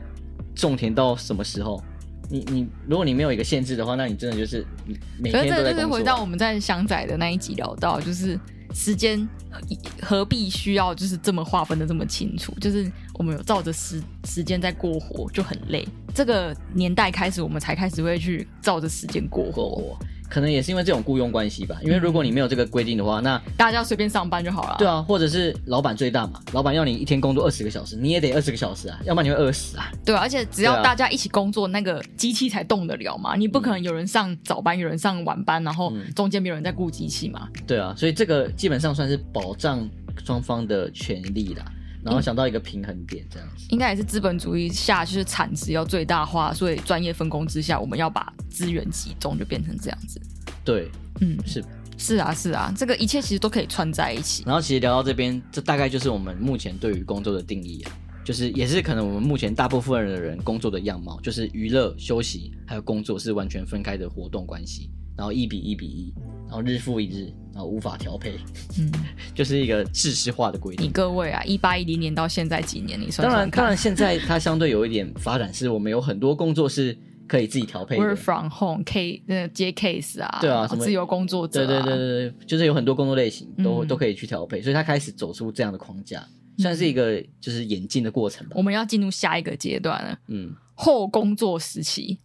[SPEAKER 2] 种田到什么时候？你你如果你没有一个限制的话，那你真的就是你每
[SPEAKER 1] 可是
[SPEAKER 2] 天都
[SPEAKER 1] 这
[SPEAKER 2] 在
[SPEAKER 1] 就是
[SPEAKER 2] 工作
[SPEAKER 1] 回到我们在香仔的那一集聊到，就是时间呃何必需要就是这么划分的这么清楚？就是我们有照着时时间在过活就很累。这个年代开始，我们才开始会去照着时间过
[SPEAKER 2] 过
[SPEAKER 1] 活，
[SPEAKER 2] 活，可能也是因为这种雇佣关系吧。
[SPEAKER 1] 嗯
[SPEAKER 2] 因为如果你没有这个规定的话，那
[SPEAKER 1] 大家随便上班就好了。
[SPEAKER 2] 对啊，或者是老板最大嘛，老板要你一天工作二十个小时，你也得二十个小时啊，要不然你会饿死啊。
[SPEAKER 1] 对啊，而且只
[SPEAKER 2] 对
[SPEAKER 1] 要
[SPEAKER 2] 啊
[SPEAKER 1] 大家一起工作，那个机器才动得了嘛。你不可能有人上早班，有人上晚班，然后
[SPEAKER 2] 嗯
[SPEAKER 1] 中间没有人在顾机器嘛。
[SPEAKER 2] 对啊，所以这个基本上算是保障双方的权利啦，然后想到一个平衡点这样子。
[SPEAKER 1] 应该也是资本主义下，就是产值要最大化，所以专业分工之下，我们要把资源集中，就变成这样子。
[SPEAKER 2] 对，
[SPEAKER 1] 嗯，
[SPEAKER 2] 是
[SPEAKER 1] 是啊，是啊，这个一切其实都可以串在一起。
[SPEAKER 2] 然后其实聊到这边，这大概就是我们目前对于工作的定义啊，就是也是可能我们目前大部分的人工作的样貌，就是娱乐、休息还有工作是完全分开的活动关系，然后一比一比一，然后日复一日，然后无法调配， <laughs>
[SPEAKER 1] 嗯，
[SPEAKER 2] 就是一个制式化的规
[SPEAKER 1] 你
[SPEAKER 2] 定。
[SPEAKER 1] 各位啊，一八一零年到现在几年，你算
[SPEAKER 2] 当然，
[SPEAKER 1] 算
[SPEAKER 2] 当然，
[SPEAKER 1] 看。
[SPEAKER 2] 现在 <laughs> 它相对有一点发展，是我们有很多工作是可以自己调配
[SPEAKER 1] Work
[SPEAKER 2] 的。
[SPEAKER 1] from home, K 呃接 case 啊，
[SPEAKER 2] 对啊
[SPEAKER 1] 然后
[SPEAKER 2] 什么
[SPEAKER 1] 自由工作者、
[SPEAKER 2] 对
[SPEAKER 1] 啊，
[SPEAKER 2] 对对对对，就是有很多工作类型都、
[SPEAKER 1] 嗯
[SPEAKER 2] 都可以去调配，所以它开始走出这样的框架，算是一个就是演进的过程吧
[SPEAKER 1] 我。们要进入下一个阶段了，
[SPEAKER 2] 嗯。
[SPEAKER 1] 后工作时
[SPEAKER 2] <laughs>
[SPEAKER 1] 期，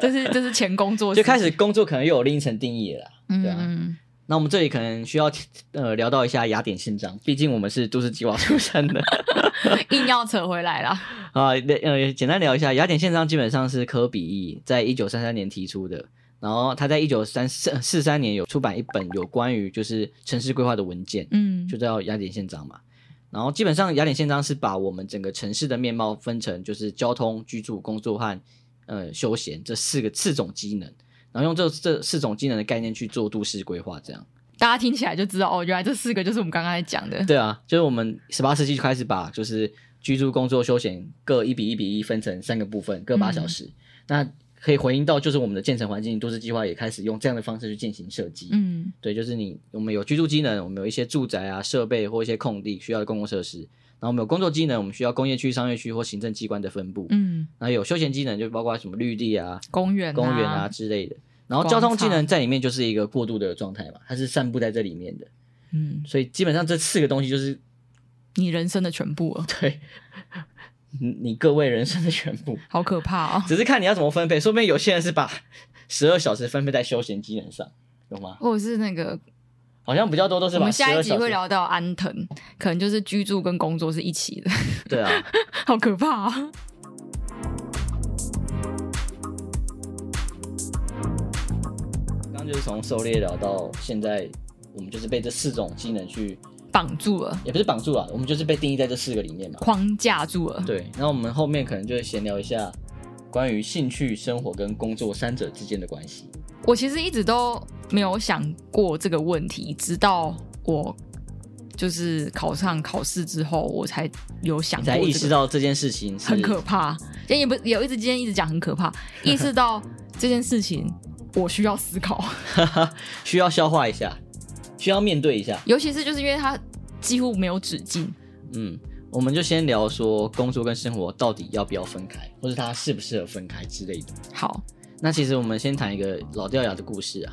[SPEAKER 1] 这是这是前工作时
[SPEAKER 2] 就
[SPEAKER 1] 期，
[SPEAKER 2] 开始工作可能又有另一层定义了啦。
[SPEAKER 1] 嗯，
[SPEAKER 2] 对啊
[SPEAKER 1] 嗯
[SPEAKER 2] 那我们这里可能需要呃聊到一下雅典宪章，毕竟我们是都市计划出身的 <laughs>
[SPEAKER 1] 嗯硬要扯回来啦。
[SPEAKER 2] 啊。呃，简单聊一下雅典宪章，基本上是科比意在一九三三年提出的，然后他在一九三四呃四三年有出版一本有关于就是城市规划的文件，
[SPEAKER 1] 嗯，
[SPEAKER 2] 就叫雅典宪章嘛。然后基本上雅典宪章是把我们整个城市的面貌分成就是交通、居住、工作和呃休闲这四个四种机能，然后用这这四种机能的概念去做都市规划，这样。
[SPEAKER 1] 大家听起来就知道哦，原来这四个就是我们刚刚在讲的。
[SPEAKER 2] 对啊，就是我们十八世纪就开始把就是居住、工作、休闲各一比一比一分成三个部分，各八小时。那可以回应到就是我们的建成环境都市计划也开始用这样的方式去进行设计。
[SPEAKER 1] 嗯
[SPEAKER 2] 对，就是你我们有居住机能，我们有一些住宅啊、设备或一些空地需要的公共设施。然后我们有工作机能，我们需要工业区、商业区或行政机关的分布。
[SPEAKER 1] 嗯，
[SPEAKER 2] 然后有休闲机能，就包括什么绿地啊、
[SPEAKER 1] 公园、
[SPEAKER 2] 公园啊，之类的。然后交通机
[SPEAKER 1] 广
[SPEAKER 2] 能
[SPEAKER 1] 场
[SPEAKER 2] 在里面就是一个过渡的状态嘛，它是散布在这里面的。
[SPEAKER 1] 嗯，
[SPEAKER 2] 所以基本上这四个东西就是
[SPEAKER 1] 你人生的全部啊 <laughs> 了，
[SPEAKER 2] 对你你各位人生的全部，
[SPEAKER 1] 好可怕哦。
[SPEAKER 2] 只是看你要怎么分配。说不定有些人是把十二小时分配在休闲机能上，有
[SPEAKER 1] <laughs>
[SPEAKER 2] 吗？
[SPEAKER 1] 或者是那个，
[SPEAKER 2] 好像比较多都是
[SPEAKER 1] 我
[SPEAKER 2] 把
[SPEAKER 1] 们
[SPEAKER 2] 十
[SPEAKER 1] 下
[SPEAKER 2] 二
[SPEAKER 1] 一集
[SPEAKER 2] 小
[SPEAKER 1] 会
[SPEAKER 2] 时。
[SPEAKER 1] 聊到安藤，可能就是居住跟工作是一起 <laughs> 的，
[SPEAKER 2] 对啊，
[SPEAKER 1] 好可怕啊、
[SPEAKER 2] 刚刚就是从狩猎聊到现在，我们就是被这四种机能去，
[SPEAKER 1] 绑住了，
[SPEAKER 2] 也不是绑住了，啊我们就是被定义在这四个里面嘛。
[SPEAKER 1] 框架住了。
[SPEAKER 2] 对，那我们后面可能就会闲聊一下关于兴趣、生活跟工作三者之间的关系。
[SPEAKER 1] 我其实一直都没有想过这个问题，直到我就是考上考试之后，我才有想
[SPEAKER 2] 你
[SPEAKER 1] 过、这
[SPEAKER 2] 才
[SPEAKER 1] 个
[SPEAKER 2] 意识到这件事情是
[SPEAKER 1] 很可怕。也也不也一直今天一直讲很可
[SPEAKER 2] <laughs>
[SPEAKER 1] 怕，意识到这件事情我需要思考，
[SPEAKER 2] <laughs> 需要消化一下，需要面对一下。
[SPEAKER 1] 尤其是就是因为它几乎没有止境。
[SPEAKER 2] 嗯，我们就先聊说工作跟生活到底要不要分开，或者它适不适合分开之类的。
[SPEAKER 1] 好，
[SPEAKER 2] 那其实我们先谈一个老掉牙的故事啊。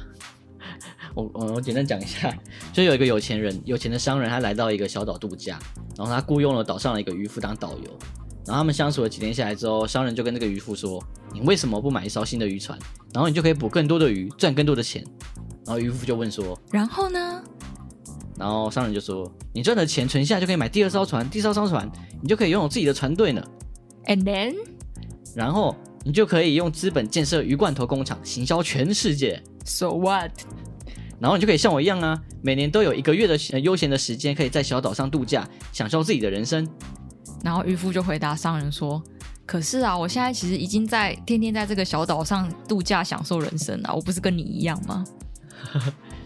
[SPEAKER 2] <laughs> 我我我简单讲一下，就有一个有钱人，有钱的商人，他来到一个小岛度假，然后他雇佣了岛上的一个渔夫当导游。然后他们相处了几天下来之后，商人就跟这个渔夫说：“你为什么不买一艘新的渔船？然后你就可以捕更多的鱼，赚更多的钱。”然后渔夫就问说：“
[SPEAKER 1] 然后呢？
[SPEAKER 2] 然后商人就说：“你赚的钱存下就可以买第二艘船、第三艘船，你就可以拥有自己的船队呢。
[SPEAKER 1] And then，
[SPEAKER 2] 然后你就可以用资本建设鱼罐头工厂，行销全世界。
[SPEAKER 1] So what？
[SPEAKER 2] 然后你就可以像我一样啊，每年都有一个月的呃悠闲的时间，可以在小岛上度假，享受自己的人生。
[SPEAKER 1] 然后渔夫就回答商人说：“可是啊，我现在其实已经在天天在这个小岛上度假享受人生啊了，我不是跟你一样吗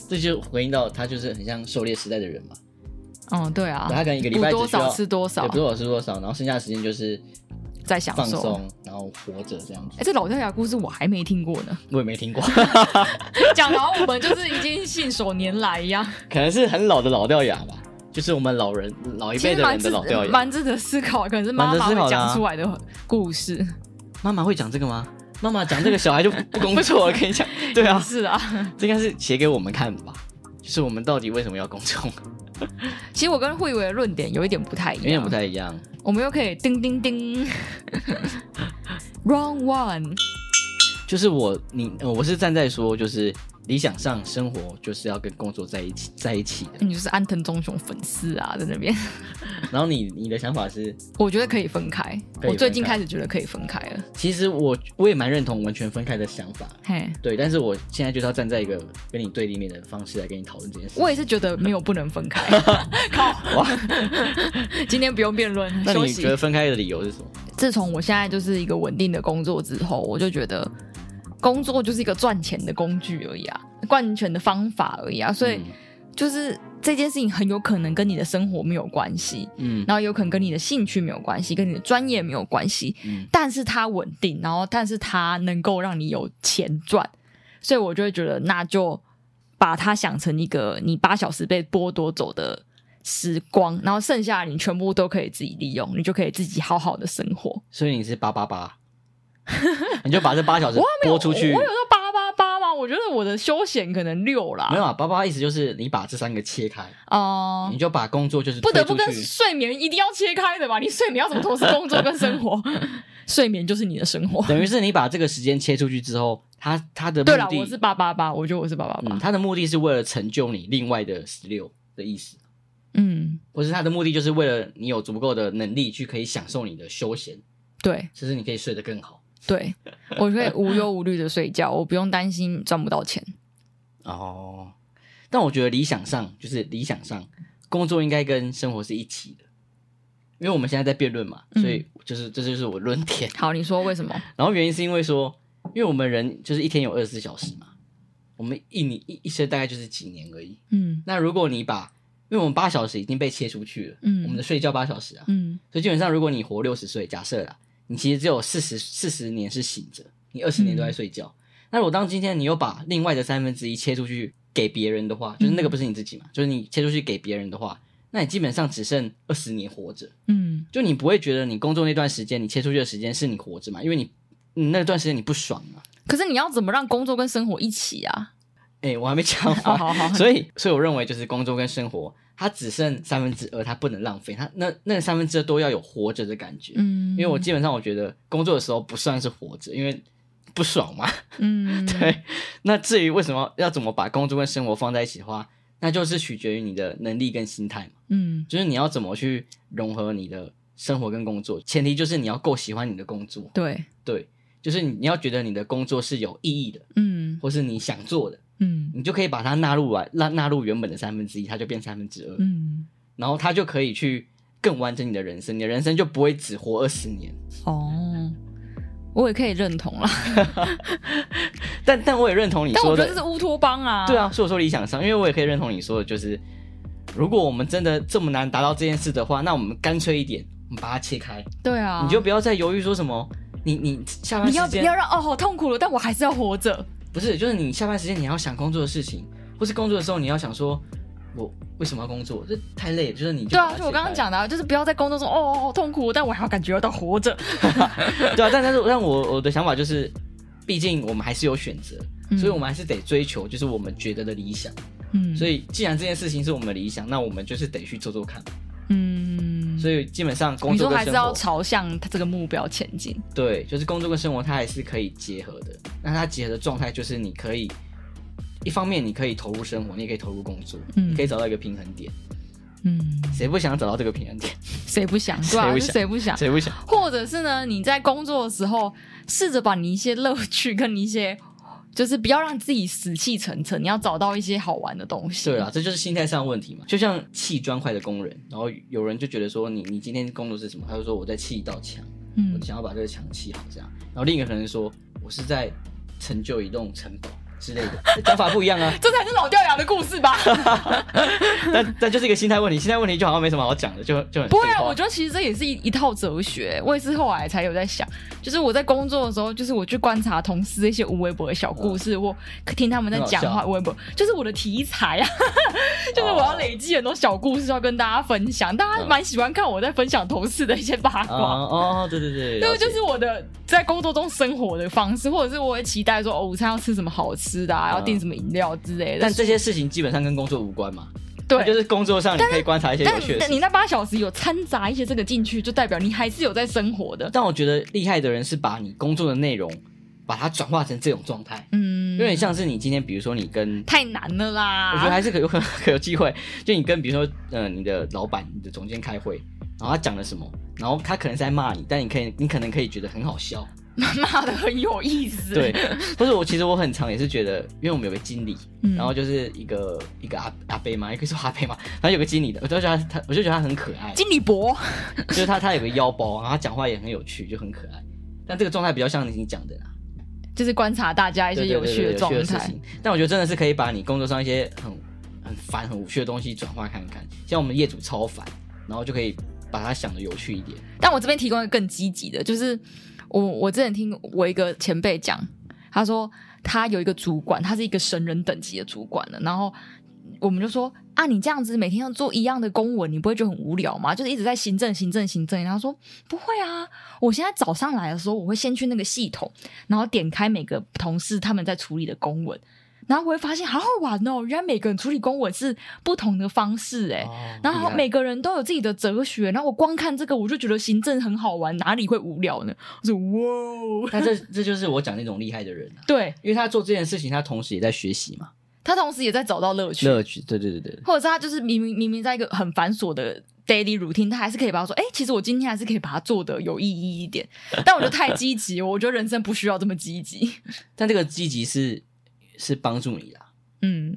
[SPEAKER 2] 这就回应到他就是很像狩猎时代的人嘛，？”
[SPEAKER 1] 嗯，对啊，
[SPEAKER 2] 他可能一个礼拜
[SPEAKER 1] 捕多
[SPEAKER 2] 只需要
[SPEAKER 1] 少吃多少
[SPEAKER 2] 也，不是我吃多少，然后剩下的时间就是
[SPEAKER 1] 在享
[SPEAKER 2] 放
[SPEAKER 1] 受。
[SPEAKER 2] 松，然后活着这样子。
[SPEAKER 1] 哎，这老掉牙故事我还没听过
[SPEAKER 2] <laughs>
[SPEAKER 1] 呢，
[SPEAKER 2] 我也没听过，
[SPEAKER 1] 讲然后我们就是已经信手拈来一样，
[SPEAKER 2] 可能是很老的老掉牙吧，就是我们老人老一
[SPEAKER 1] 哎其
[SPEAKER 2] 辈
[SPEAKER 1] 实
[SPEAKER 2] 的
[SPEAKER 1] 蛮
[SPEAKER 2] 人
[SPEAKER 1] 值
[SPEAKER 2] 的老掉牙。
[SPEAKER 1] 蛮值得思考，可能是妈
[SPEAKER 2] 蛮值
[SPEAKER 1] 妈会
[SPEAKER 2] 得思考的啊
[SPEAKER 1] 讲出来的故事。
[SPEAKER 2] 妈妈会讲这个吗？妈妈讲这个小孩就不 <laughs> 工作了，跟你讲，对啊，
[SPEAKER 1] 是啊，
[SPEAKER 2] 这应该是写给我们看的吧？就是我们到底为什么要工作，
[SPEAKER 1] 啊其实我跟慧伟的论点有一点不太一样，
[SPEAKER 2] 有点不太一样。
[SPEAKER 1] 我们又可以叮叮
[SPEAKER 2] <laughs>
[SPEAKER 1] 叮，Round One，
[SPEAKER 2] 就是我，你，呃我是站在说，就是理想上生活就是要跟工作在一起，在一起的。
[SPEAKER 1] 你就是安藤忠雄粉丝啊，在那边，
[SPEAKER 2] 然后你，你的想法是，
[SPEAKER 1] 我觉得可以分开。
[SPEAKER 2] 可以分开
[SPEAKER 1] 我最近开始觉得可以分开了，
[SPEAKER 2] 其实我我也蛮认同完全分开的想法，
[SPEAKER 1] 嘿，
[SPEAKER 2] 对。但是我现在就是要站在一个跟你对立面的方式来跟你讨论这件事。
[SPEAKER 1] 我也是觉得没有不能分
[SPEAKER 2] <laughs>
[SPEAKER 1] 开。
[SPEAKER 2] 哇
[SPEAKER 1] 靠， <laughs> 今天不用辩论，
[SPEAKER 2] 那
[SPEAKER 1] 休
[SPEAKER 2] 你觉
[SPEAKER 1] 息
[SPEAKER 2] 得。分开的理由是什么？嗯
[SPEAKER 1] 自从我现在就是一个稳定的工作之后，我就觉得工作就是一个赚钱的工具而已啊，赚钱的方法而已啊，所以
[SPEAKER 2] 嗯
[SPEAKER 1] 就是这件事情很有可能跟你的生活没有关系。
[SPEAKER 2] 嗯，
[SPEAKER 1] 然后有可能跟你的兴趣没有关系，跟你的专业没有关系，
[SPEAKER 2] 嗯
[SPEAKER 1] 但是它稳定，然后但是它能够让你有钱赚，所以我就会觉得那就把它想成一个你八小时被剥夺走的时光，然后剩下的你全部都可以自己利用，你就可以自己好好的生活。
[SPEAKER 2] 所以你是八八 <laughs> 八，你就把这八小时
[SPEAKER 1] 我没有
[SPEAKER 2] 播出去。
[SPEAKER 1] 我我有到八八八吗？我觉得我的休闲可能六啦，
[SPEAKER 2] 没有啊，八八意思就是你把这三个切开，
[SPEAKER 1] 哦、
[SPEAKER 2] 你就把工作就是
[SPEAKER 1] 不得不
[SPEAKER 2] 推
[SPEAKER 1] 跟
[SPEAKER 2] 出去
[SPEAKER 1] 睡眠一定要切开的吧？你睡眠要怎么同时工作跟生活？ <laughs> 睡眠就是你的生活。
[SPEAKER 2] 等于是你把这个时间切出去之后，他他的
[SPEAKER 1] 对了
[SPEAKER 2] 目，
[SPEAKER 1] 我是
[SPEAKER 2] 的，
[SPEAKER 1] 八八八，我觉得我是八八
[SPEAKER 2] 嗯，
[SPEAKER 1] 八。
[SPEAKER 2] 他的目的是为了成就你另外的十六的意思，
[SPEAKER 1] 嗯，
[SPEAKER 2] 或是他的目的就是为了你有足够的能力去可以享受你的休闲，
[SPEAKER 1] 对
[SPEAKER 2] 就是你可以睡得更好。
[SPEAKER 1] 对， <laughs> 我可以无忧无虑的睡觉，我不用担心赚不到钱。
[SPEAKER 2] 哦，但我觉得理想上就是理想上，工作应该跟生活是一起的，因为我们现在在辩论嘛，所以就是、这就是我论点。
[SPEAKER 1] 好，你说为什么？
[SPEAKER 2] 然后原因是因为说，因为我们人就是一天有二十四小时嘛，我们一年一一生大概就是几年而已。
[SPEAKER 1] 嗯
[SPEAKER 2] 那如果你把，因为我们八小时已经被切出去了，
[SPEAKER 1] 嗯
[SPEAKER 2] 我们的睡觉八小时啊，
[SPEAKER 1] 嗯
[SPEAKER 2] 所以基本上如果你活六十岁，假设啦，你其实只有四十四十年是醒着，你二十年
[SPEAKER 1] 嗯
[SPEAKER 2] 都在睡觉。那如果当今天你又把另外的三分之一切出去给别人的话，
[SPEAKER 1] 嗯
[SPEAKER 2] 就是那个不是你自己嘛，就是你切出去给别人的话，那你基本上只剩二十年活着。
[SPEAKER 1] 嗯
[SPEAKER 2] 就你不会觉得你工作那段时间，你切出去的时间是你活着嘛？因为你你那段时间你不爽啊。
[SPEAKER 1] 可是你要怎么让工作跟生活一起啊？
[SPEAKER 2] 哎、我还没讲
[SPEAKER 1] 哦，<laughs>
[SPEAKER 2] 完，
[SPEAKER 1] 好 <laughs> 好，
[SPEAKER 2] 所以所以我认为就是工作跟生活，它只剩三分之二，它不能浪费，它那那三分之二都要有活着的感觉。
[SPEAKER 1] 嗯，
[SPEAKER 2] 因为我基本上我觉得工作的时候不算是活着，因为不爽嘛。
[SPEAKER 1] <laughs>
[SPEAKER 2] <laughs>
[SPEAKER 1] <laughs> 嗯，
[SPEAKER 2] 对，那至于为什么要怎么把工作跟生活放在一起的话，那就是取决于你的能力跟心态嘛。
[SPEAKER 1] 嗯
[SPEAKER 2] 就是你要怎么去融合你的生活跟工作，前提就是你要够喜欢你的工作。
[SPEAKER 1] 对，
[SPEAKER 2] 对，就是你你要觉得你的工作是有意义的，
[SPEAKER 1] 嗯
[SPEAKER 2] 或是你想做的，
[SPEAKER 1] 嗯
[SPEAKER 2] 你就可以把它纳入来，纳纳入原本的三分之一，它就变三分之二，
[SPEAKER 1] 嗯，
[SPEAKER 2] 然后它就可以去更完整你的人生，你的人生就不会只活二十年。
[SPEAKER 1] 哦。我也可以认同啦，
[SPEAKER 2] 但但我也认同你
[SPEAKER 1] 但我
[SPEAKER 2] 说
[SPEAKER 1] 觉得这
[SPEAKER 2] 的，
[SPEAKER 1] 是乌托邦啊。
[SPEAKER 2] 对，啊，所以我说理想上，因为我也可以认同你说的，就是如果我们真的这么难达到这件事的话，那我们干脆一点，我们把它切开，
[SPEAKER 1] 对啊，
[SPEAKER 2] 你就不要再犹豫说什么。你你下班
[SPEAKER 1] 你要
[SPEAKER 2] 时
[SPEAKER 1] 不
[SPEAKER 2] 间
[SPEAKER 1] 要让哦，好痛苦了，但我还是要活着。
[SPEAKER 2] 不是，就是你下班时间你要想工作的事情，或是工作的时候你要想说，我为什么要工作？这太累了，就是你就
[SPEAKER 1] 对
[SPEAKER 2] 把
[SPEAKER 1] 啊，
[SPEAKER 2] 它
[SPEAKER 1] 就我刚刚
[SPEAKER 2] 切开，
[SPEAKER 1] 讲的、啊，就是不要在工作中哦好痛苦，但我还要感觉到活着。
[SPEAKER 2] 对啊，但但是但我我的想法就是，毕竟我们还是有选择，
[SPEAKER 1] 嗯
[SPEAKER 2] 所以我们还是得追求就是我们觉得的理想。
[SPEAKER 1] 嗯
[SPEAKER 2] 所
[SPEAKER 1] 以
[SPEAKER 2] 以既然这件事情是我们的理想，那我们就是得去做做看。
[SPEAKER 1] 嗯，
[SPEAKER 2] 所以基本上工
[SPEAKER 1] 你
[SPEAKER 2] 作
[SPEAKER 1] 说
[SPEAKER 2] 跟
[SPEAKER 1] 还是
[SPEAKER 2] 生
[SPEAKER 1] 要
[SPEAKER 2] 活，
[SPEAKER 1] 朝向他这个目标前进。
[SPEAKER 2] 对，就是工作跟生活它还是可以结合的。那它结合的状态就是你可以一方面你可以投入生活，你也可以投入工作，
[SPEAKER 1] 嗯
[SPEAKER 2] 你可以找到一个平衡点。
[SPEAKER 1] 嗯，
[SPEAKER 2] 谁不想找到这个平
[SPEAKER 1] <laughs>
[SPEAKER 2] 衡点？
[SPEAKER 1] 谁不想对吧、啊？
[SPEAKER 2] 谁不想
[SPEAKER 1] 是谁不想？
[SPEAKER 2] 谁不想？
[SPEAKER 1] 或者是呢，你在工作的时候，试着把你一些乐趣跟你一些，就是不要让自己死气沉沉，你要找到一些好玩的东西。
[SPEAKER 2] 对啊，，这就是心态上的问题嘛。就像砌砖块的工人，然后有人就觉得说你你今天工作是什么？他就说我在砌一道墙，
[SPEAKER 1] 嗯
[SPEAKER 2] 我想要把这个墙砌好这样。然后另一个可能说我是在成就一栋城堡之类的，讲法不一样
[SPEAKER 1] <laughs>
[SPEAKER 2] 啊。
[SPEAKER 1] 这才是老掉牙的故事吧？
[SPEAKER 2] 但但就是一个心态问题，心态问题就好像没什么好讲的，就就很
[SPEAKER 1] 不会
[SPEAKER 2] 废
[SPEAKER 1] 啊，
[SPEAKER 2] 话
[SPEAKER 1] 我觉得其实这也是一一套哲学。我也是后来才有在想，就是我在工作的时候，就是我去观察同事一些无微博的小故事，我听他们在讲
[SPEAKER 2] 很好
[SPEAKER 1] 话，
[SPEAKER 2] 笑
[SPEAKER 1] 无微博就是我的题材啊，就是我要累积很多小故事要跟大家分享。大家
[SPEAKER 2] 嗯
[SPEAKER 1] 蛮喜欢看我在分享同事的一些八
[SPEAKER 2] 啊
[SPEAKER 1] 卦。
[SPEAKER 2] 哦，对对
[SPEAKER 1] 对，
[SPEAKER 2] 对，了解
[SPEAKER 1] 就是我的在工作中生活的方式，或者是我会期待说，哦，午餐要吃什么好吃的、啊，要订什么饮料之类的。
[SPEAKER 2] 嗯但这些事情基本上跟工作无关嘛，
[SPEAKER 1] 对，
[SPEAKER 2] 就是工作上你可以观察一些有
[SPEAKER 1] 但
[SPEAKER 2] 趣的事
[SPEAKER 1] 但
[SPEAKER 2] 情
[SPEAKER 1] 你。那八小时有掺杂一些这个进去，就代表你还是有在生活的。
[SPEAKER 2] 但我觉得厉害的人是把你工作的内容，把它转化成这种状态，
[SPEAKER 1] 嗯，啊
[SPEAKER 2] 有点像是你今天，比如说你跟，
[SPEAKER 1] 太难了啦。
[SPEAKER 2] 我
[SPEAKER 1] <laughs>
[SPEAKER 2] 觉得还是可有可可有机会，就你跟比如说，呃，你的老板、你的总监开会，然后他讲了什么，然后他可能是在骂你，但你可以，你可能可以觉得很好笑，
[SPEAKER 1] 骂的很有意思。
[SPEAKER 2] 对，不是我其实我很常也是觉得，因为我们有个经理，
[SPEAKER 1] 嗯
[SPEAKER 2] 然后就是一个一个阿阿贝嘛，也可以说阿贝嘛，然后有个经理的，我就觉得他，他我就觉得他很可爱，
[SPEAKER 1] 经理伯，
[SPEAKER 2] 就是他他有个腰包，然后他讲话也很有趣，就很可爱。但这个状态比较像你讲的啦，
[SPEAKER 1] 就是观察大家一些
[SPEAKER 2] 对对
[SPEAKER 1] 有
[SPEAKER 2] 对
[SPEAKER 1] 趣
[SPEAKER 2] 对
[SPEAKER 1] 的状
[SPEAKER 2] 有趣的事
[SPEAKER 1] 态。
[SPEAKER 2] 情。但我觉得真的是可以把你工作上一些很很烦、很无趣的东西转化看看，像我们业主超烦，然后就可以把它想的有趣一点。
[SPEAKER 1] 但我这边提供一个更积极的，就是我我之前听我一个前辈讲，他说他有一个主管，他是一个神人等级的主管了，然后我们就说啊，你这样子每天要做一样的公文，你不会觉得很无聊吗？就是一直在行政行政行政。然后他说不会啊，我现在早上来的时候，我会先去那个系统，然后点开每个同事他们在处理的公文。然后我会发现好好玩哦，原来每个人处理公文是不同的方式哎、
[SPEAKER 2] 哦
[SPEAKER 1] 然后每个人都有自己的哲学，然后我光看这个我就觉得行政很好玩，哪里会无聊呢？我说哇哦，
[SPEAKER 2] 但这这就是我讲那种厉害的人啊，
[SPEAKER 1] 对
[SPEAKER 2] 因为他做这件事情，他同时也在学习嘛，
[SPEAKER 1] 他同时也在找到乐趣，
[SPEAKER 2] 乐趣。对对对对，
[SPEAKER 1] 或者是他就是明明明明在一个很繁琐的 daily routine，他还是可以把它说，哎、其实我今天还是可以把它做的有意义一点。但我觉得太积极，我觉得人生不需要这么积极。
[SPEAKER 2] 但这个积极是是帮助你啦。
[SPEAKER 1] 嗯，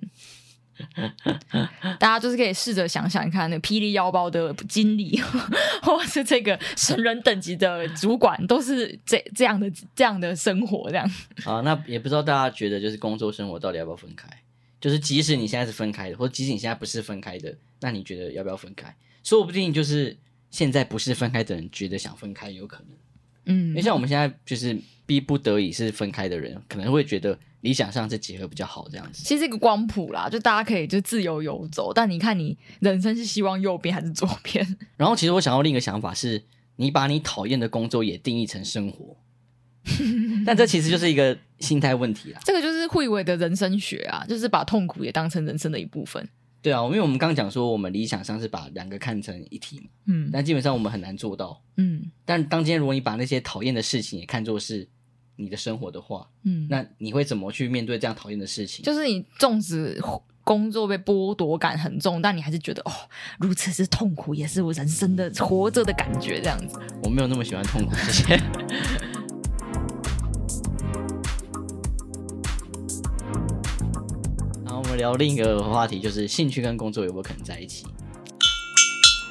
[SPEAKER 1] 大家就是可以试着想想看，那个霹雳腰包的经理， <laughs> 或是这个神人等级的主管，都是这这样的这样的生活，这样
[SPEAKER 2] 啊，那也不知道大家觉得就是工作生活到底要不要分开？就是即使你现在是分开的，或即使你现在不是分开的，那你觉得要不要分开？说不定就是现在不是分开的人觉得想分开，有可能。因
[SPEAKER 1] 嗯
[SPEAKER 2] 为像我们现在就是逼不得已是分开的人，可能会觉得理想上是结合比较好这样子。
[SPEAKER 1] 其实是一个光谱啦，就大家可以就自由游走，但你看你人生是希望右边还是左边？ <laughs>
[SPEAKER 2] 然后其实我想要另一个想法是，你把你讨厌的工作也定义成生活，但这其实就是一个心态问题啦。
[SPEAKER 1] 这个就是慧伟的人生学啊，就是把痛苦也当成人生的一部分。
[SPEAKER 2] 对啊，因为我们刚讲说我们理想上是把两个看成一体嘛，
[SPEAKER 1] 嗯
[SPEAKER 2] 但基本上我们很难做到。
[SPEAKER 1] 嗯
[SPEAKER 2] 但当今天如果你把那些讨厌的事情也看作是你的生活的话，
[SPEAKER 1] 嗯，
[SPEAKER 2] 那你会怎么去面对这样讨厌的事情？
[SPEAKER 1] 就是你纵使工作被剥夺感很重，但你还是觉得哦，如此之痛苦也是我人生的活着的感觉，这样子。
[SPEAKER 2] 我没有那么喜欢痛苦这 <laughs> 些。然后我们聊另一个话题，就是兴趣跟工作有没有可能在一起？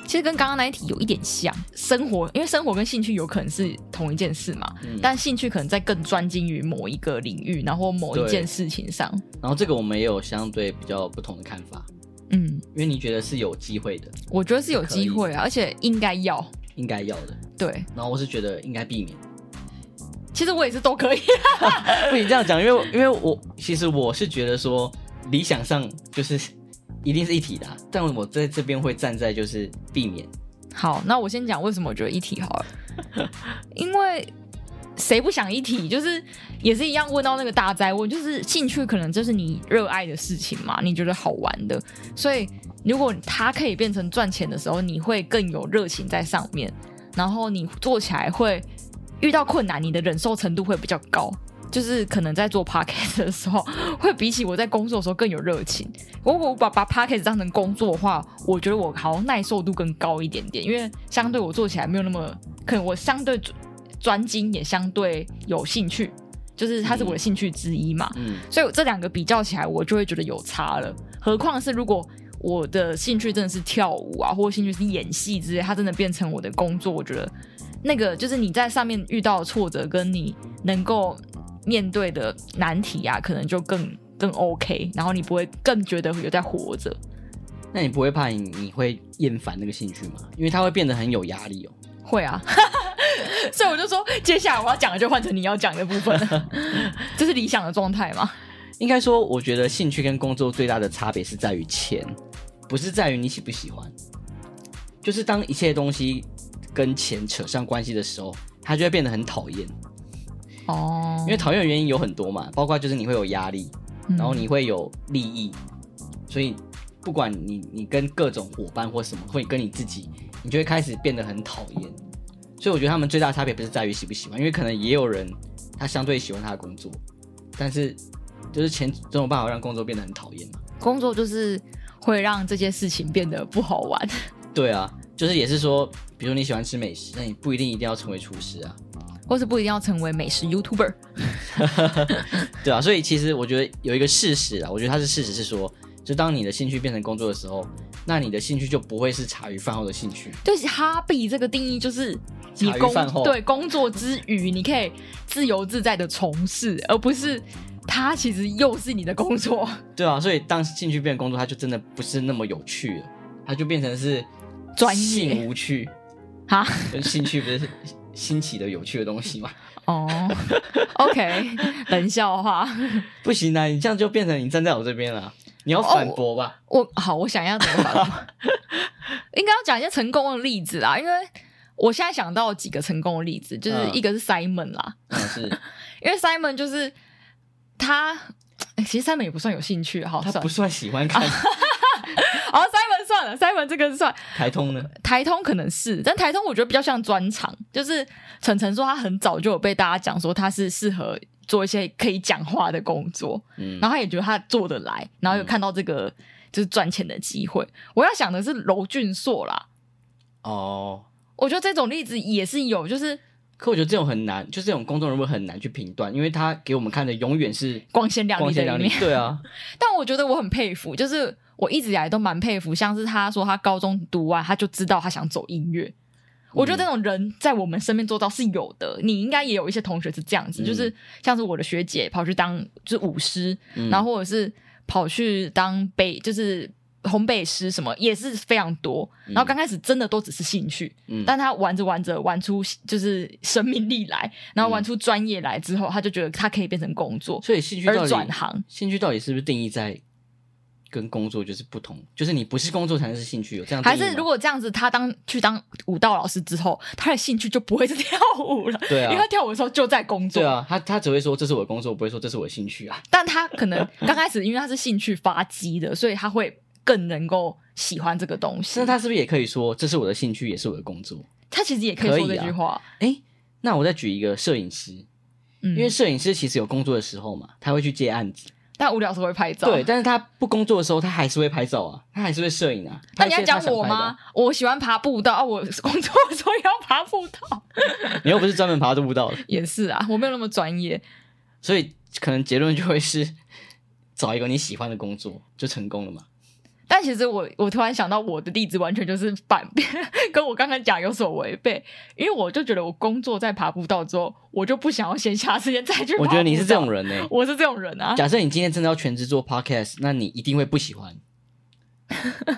[SPEAKER 1] 其实跟刚刚那一题有一点像，生活，因为生活跟兴趣有可能是同一件事嘛，
[SPEAKER 2] 嗯
[SPEAKER 1] 但兴趣可能在更专精于某一个领域，然后某一
[SPEAKER 2] 对
[SPEAKER 1] 件事情上。
[SPEAKER 2] 然后这个我们也有相对比较不同的看法，
[SPEAKER 1] 嗯，
[SPEAKER 2] 因为你觉得是有机会的，
[SPEAKER 1] 我觉得是有机会啊，而且应该要。
[SPEAKER 2] 应该要的。
[SPEAKER 1] 对，
[SPEAKER 2] 然后我是觉得应该避免。
[SPEAKER 1] 其实我也是都可以。
[SPEAKER 2] 不行这样讲，因为因为我其实我是觉得说，理想上就是一定是一体的啊、但我在这边会站在就是避免。
[SPEAKER 1] 好，那我先讲为什么我觉得一体好了，因为谁不想一体？就是也是一样问到那个大灾问，就是兴趣可能就是你热爱的事情嘛，你觉得好玩的，所以如果它可以变成赚钱的时候，你会更有热情在上面，然后你做起来会遇到困难，你的忍受程度会比较高。就是可能在做 <laughs> podcast 的时候，会比起我在工作的时候更有热情。如果我把把 podcast 当成工作的话，我觉得我好像耐受度更高一点点，因为相对我做起来没有那么，可能我相对专专精，也相对有兴趣，就是它是我的兴趣之一嘛。
[SPEAKER 2] 嗯，
[SPEAKER 1] 所以这两个比较起来，我就会觉得有差了。何况是如果我的兴趣真的是跳舞啊，或者兴趣是演戏之类，它真的变成我的工作，我觉得那个就是你在上面遇到的挫折，跟你能够面对的难题啊，可能就更更 OK，然后你不会更觉得有在活着。
[SPEAKER 2] 那你不会怕你你会厌烦那个兴趣吗？因为它会变得很有压力哦。
[SPEAKER 1] 会啊。 <laughs> 所以我就说，接下来我要讲的就换成你要讲的部 <laughs> 分了，这是理想的状态嘛？
[SPEAKER 2] 应该说，我觉得兴趣跟工作最大的差别是在于钱，不是在于你喜不喜欢。就是当一切东西跟钱扯上关系的时候，它就会变得很讨厌。
[SPEAKER 1] 哦，
[SPEAKER 2] 因为讨厌的原因有很多嘛，包括就是你会有压力，然后你会有利益，所以不管你你跟各种伙伴或什么，或你跟你自己，你就会开始变得很讨厌。所以我觉得他们最大的差别不是在于喜不喜欢，因为可能也有人他相对喜欢他的工作，但是就是钱总有办法让工作变得很讨厌嘛。
[SPEAKER 1] 工作就是会让这些事情变得不好玩。
[SPEAKER 2] 对啊，就是也是说，比如你喜欢吃美食，那你不一定一定要成为厨师啊。
[SPEAKER 1] 或是不一定要成为美食 YouTuber。
[SPEAKER 2] 对啊，所以其实我觉得有一个事实啊，我觉得它是事实是说，就当你的兴趣变成工作的时候，那你的兴趣就不会是茶余饭后的兴趣。
[SPEAKER 1] 对，哈比这个定义就是你
[SPEAKER 2] 茶余
[SPEAKER 1] 工
[SPEAKER 2] 饭后
[SPEAKER 1] 对工作之余，你可以自由自在的从事，而不是它其实又是你的工作。
[SPEAKER 2] 对啊，所以当兴趣变成工作，它就真的不是那么有趣了，它就变成是
[SPEAKER 1] 专业
[SPEAKER 2] 性无趣
[SPEAKER 1] 哈，
[SPEAKER 2] 就兴趣不是新奇的有趣的东西嘛？ <laughs>
[SPEAKER 1] 哦，OK，冷 <laughs> 笑话。
[SPEAKER 2] 不行啊，你这样就变成你站在我这边了，啊你要反驳吧？
[SPEAKER 1] 我好，我想要怎么反驳？ <laughs> 应该要讲一些成功的例子啦，因为我现在想到几个成功的例子，就是
[SPEAKER 2] 嗯
[SPEAKER 1] 一个是 Simon 啦，
[SPEAKER 2] 嗯，是，
[SPEAKER 1] 因为 Simon 就是他，哎其实 Simon 也不算有兴趣，好
[SPEAKER 2] 他
[SPEAKER 1] 哦算
[SPEAKER 2] 不算喜欢看
[SPEAKER 1] <laughs> 哦，Simon 算了，Simon 这个算
[SPEAKER 2] 台通呢。
[SPEAKER 1] 台通可能是，但台通我觉得比较像专场，就是晨晨说他很早就有被大家讲说他是适合做一些可以讲话的工作，
[SPEAKER 2] 嗯
[SPEAKER 1] 然后他也觉得他做得来，然后有看到这个就是赚钱的机会。我要想的是娄俊硕啦，
[SPEAKER 2] 哦，
[SPEAKER 1] 我觉得这种例子也是有，就是
[SPEAKER 2] 可我觉得这种很难，就是这种公众人物很难去评断，因为他给我们看的永远是
[SPEAKER 1] 光鲜亮
[SPEAKER 2] 光
[SPEAKER 1] 丽的
[SPEAKER 2] 鲜
[SPEAKER 1] 一
[SPEAKER 2] 亮丽
[SPEAKER 1] 面。。
[SPEAKER 2] 对啊，
[SPEAKER 1] 但我觉得我很佩服，就是我一直以来都蛮佩服，像是他说他高中读完，他就知道他想走音乐。我觉得这种人在我们身边做到是有的，你应该也有一些同学是这样子，
[SPEAKER 2] 嗯
[SPEAKER 1] 就是像是我的学姐跑去当就是舞狮，
[SPEAKER 2] 嗯
[SPEAKER 1] 然后或者是跑去当北就是烘焙师什么，也是非常多。然后刚开始真的都只是兴趣，
[SPEAKER 2] 嗯
[SPEAKER 1] 但他玩着玩着玩出就是生命力来，然后玩
[SPEAKER 2] 嗯
[SPEAKER 1] 出专业来之后，他就觉得他可以变成工作，
[SPEAKER 2] 所以兴趣
[SPEAKER 1] 而
[SPEAKER 2] 到
[SPEAKER 1] 转
[SPEAKER 2] 底，
[SPEAKER 1] 行。
[SPEAKER 2] 兴趣到底是不是定义在跟工作就是不同？就是你不是工作才能是兴趣，有这样定
[SPEAKER 1] 还
[SPEAKER 2] 义吗
[SPEAKER 1] 是如果这样子，他当去当舞蹈老师之后，他的兴趣就不会是跳舞了，
[SPEAKER 2] <laughs> 对
[SPEAKER 1] 因为
[SPEAKER 2] 啊
[SPEAKER 1] 他，跳舞的时候就在工作。
[SPEAKER 2] 对啊，他他只会说这是我的工作，不会说这是我的兴趣啊。
[SPEAKER 1] 但他可能刚开始，因为他是兴趣发激的，所以他会更能够喜欢这个东西
[SPEAKER 2] 那。他是不是也可以说这是我的兴趣，也是我的工作？
[SPEAKER 1] 他其实也可以说这句话，
[SPEAKER 2] 哎，那我再举一个摄影师，
[SPEAKER 1] 嗯，
[SPEAKER 2] 因为摄影师其实有工作的时候嘛，他会去接案子，
[SPEAKER 1] 但无聊的时候会拍照。
[SPEAKER 2] 对，，但是他不工作的时候，他还是会拍照啊，他还是会摄影啊。
[SPEAKER 1] 那你要
[SPEAKER 2] 他还
[SPEAKER 1] 讲
[SPEAKER 2] 是有
[SPEAKER 1] 我
[SPEAKER 2] 他想拍的啊
[SPEAKER 1] 吗？？我喜欢爬步道，啊、我工作的时候也要爬步道， <laughs>
[SPEAKER 2] 你又不是专门爬这步道的，
[SPEAKER 1] 也是啊，我没有那么专业。
[SPEAKER 2] 所以可能结论就会是 <laughs> 找一个你喜欢的工作就成功了嘛。
[SPEAKER 1] 但其实我我突然想到，我的例子完全就是反面， <laughs> 跟我刚刚讲有所违背，因为我就觉得我工作在爬步道之后，我就不想要闲暇时间再去爬
[SPEAKER 2] 我觉得你是这种
[SPEAKER 1] 步
[SPEAKER 2] 人呢、
[SPEAKER 1] 道，我是这种人啊。
[SPEAKER 2] 假设你今天真的要全职做 podcast，那你一定会不
[SPEAKER 1] <laughs>
[SPEAKER 2] 喜欢。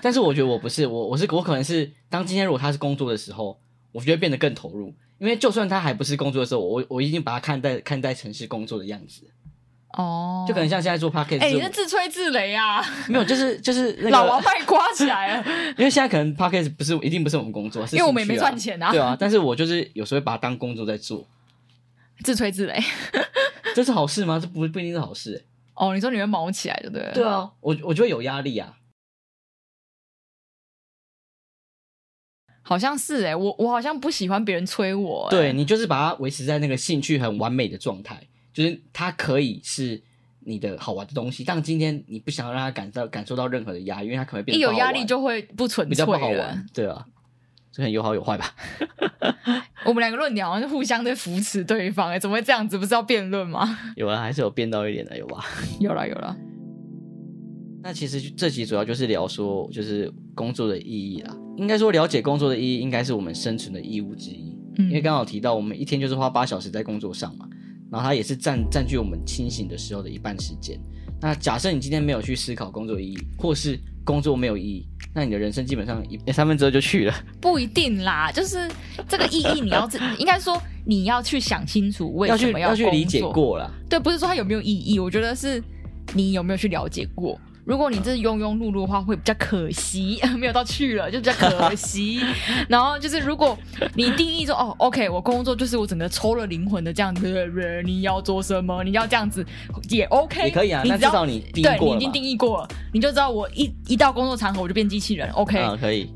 [SPEAKER 2] 但是我觉得我不是，我我是我可能是当今天如果他是工作的时候，我觉得变得更投入，因为就算他还不是工作的时候，我我已经把他看待看待成是工作的样子，
[SPEAKER 1] 哦，
[SPEAKER 2] 就可能像现在做 podcast，、
[SPEAKER 1] 哎、你是自吹自擂啊，
[SPEAKER 2] 没有，就是就是那个
[SPEAKER 1] 老王卖瓜起来
[SPEAKER 2] <laughs>
[SPEAKER 1] 了，
[SPEAKER 2] 因为现在可能 podcast 不是一定不是我们工作，是
[SPEAKER 1] 因为我们也
[SPEAKER 2] 兴趣
[SPEAKER 1] 没
[SPEAKER 2] 啊
[SPEAKER 1] 赚钱啊，
[SPEAKER 2] 对啊，但是我就是有时候会把它当工作在做，
[SPEAKER 1] 自吹自擂。
[SPEAKER 2] 这是好事吗？这不不一定是好事、
[SPEAKER 1] 哦，你说你会毛起来，对不对？
[SPEAKER 2] 对啊，我我就会有压力啊。
[SPEAKER 1] 好像是哎、我我好像不喜欢别人催我、哎
[SPEAKER 2] 对，你就是把它维持在那个兴趣很完美的状态，
[SPEAKER 3] 就是它可以是你的好玩的东西，但今天你不想要让他感到感受到任何的压力，因为他可能会变
[SPEAKER 1] 一
[SPEAKER 3] 得
[SPEAKER 1] 有
[SPEAKER 3] 不好
[SPEAKER 1] 压力
[SPEAKER 3] 玩
[SPEAKER 1] 就会不纯
[SPEAKER 3] 比
[SPEAKER 1] 粹
[SPEAKER 3] 较不好
[SPEAKER 1] 了
[SPEAKER 3] 玩。，对啊，这可能有好有坏吧。
[SPEAKER 1] 我们两个论点好像是互相在扶持对方、哎，怎么会这样子？不是要辩论吗？
[SPEAKER 2] <laughs>
[SPEAKER 1] <laughs>
[SPEAKER 2] 有啊，还是有变到一点的，有吧？
[SPEAKER 1] 有了有了，
[SPEAKER 2] 那其实这集主要就是聊说，就是工作的意义啦。应该说，了解工作的意义，应该是我们生存的义务之一。
[SPEAKER 1] 嗯
[SPEAKER 2] 因为刚好提到，我们一天就是花八小时在工作上嘛，然后它也是占占据我们清醒的时候的一半时间。那假设你今天没有去思考工作意义，或是工作没有意义，那你的人生基本上一哎三分之二就去了。
[SPEAKER 1] 不一定啦，就是这个意义，你要自应该说你要去想清楚为
[SPEAKER 2] <laughs> 要
[SPEAKER 1] 什
[SPEAKER 2] 去
[SPEAKER 1] 么
[SPEAKER 2] 去理解
[SPEAKER 1] 工作
[SPEAKER 2] 过啦。
[SPEAKER 1] 对，不是说它有没有意义，我觉得是你有没有去了解过。如果你这庸庸碌碌的话，会比较可惜， <laughs> 没有到去了就比较可
[SPEAKER 2] <laughs>
[SPEAKER 1] 惜。然后就是，如果你定义说哦，OK，我工作就是我整个抽了灵魂的这样子，你要做什么，你要这样子也 OK，
[SPEAKER 2] 也可以啊，
[SPEAKER 1] 哎你
[SPEAKER 2] 那
[SPEAKER 1] 只
[SPEAKER 2] 至
[SPEAKER 1] 要
[SPEAKER 2] 少你定
[SPEAKER 1] 对
[SPEAKER 2] 义过
[SPEAKER 1] 你
[SPEAKER 2] 了嗯
[SPEAKER 1] 已
[SPEAKER 2] 嘛
[SPEAKER 1] 经定义过了，你就知道我一一到工作场合我就变机器人，OK、
[SPEAKER 2] 嗯，
[SPEAKER 1] <laughs>
[SPEAKER 2] 可以。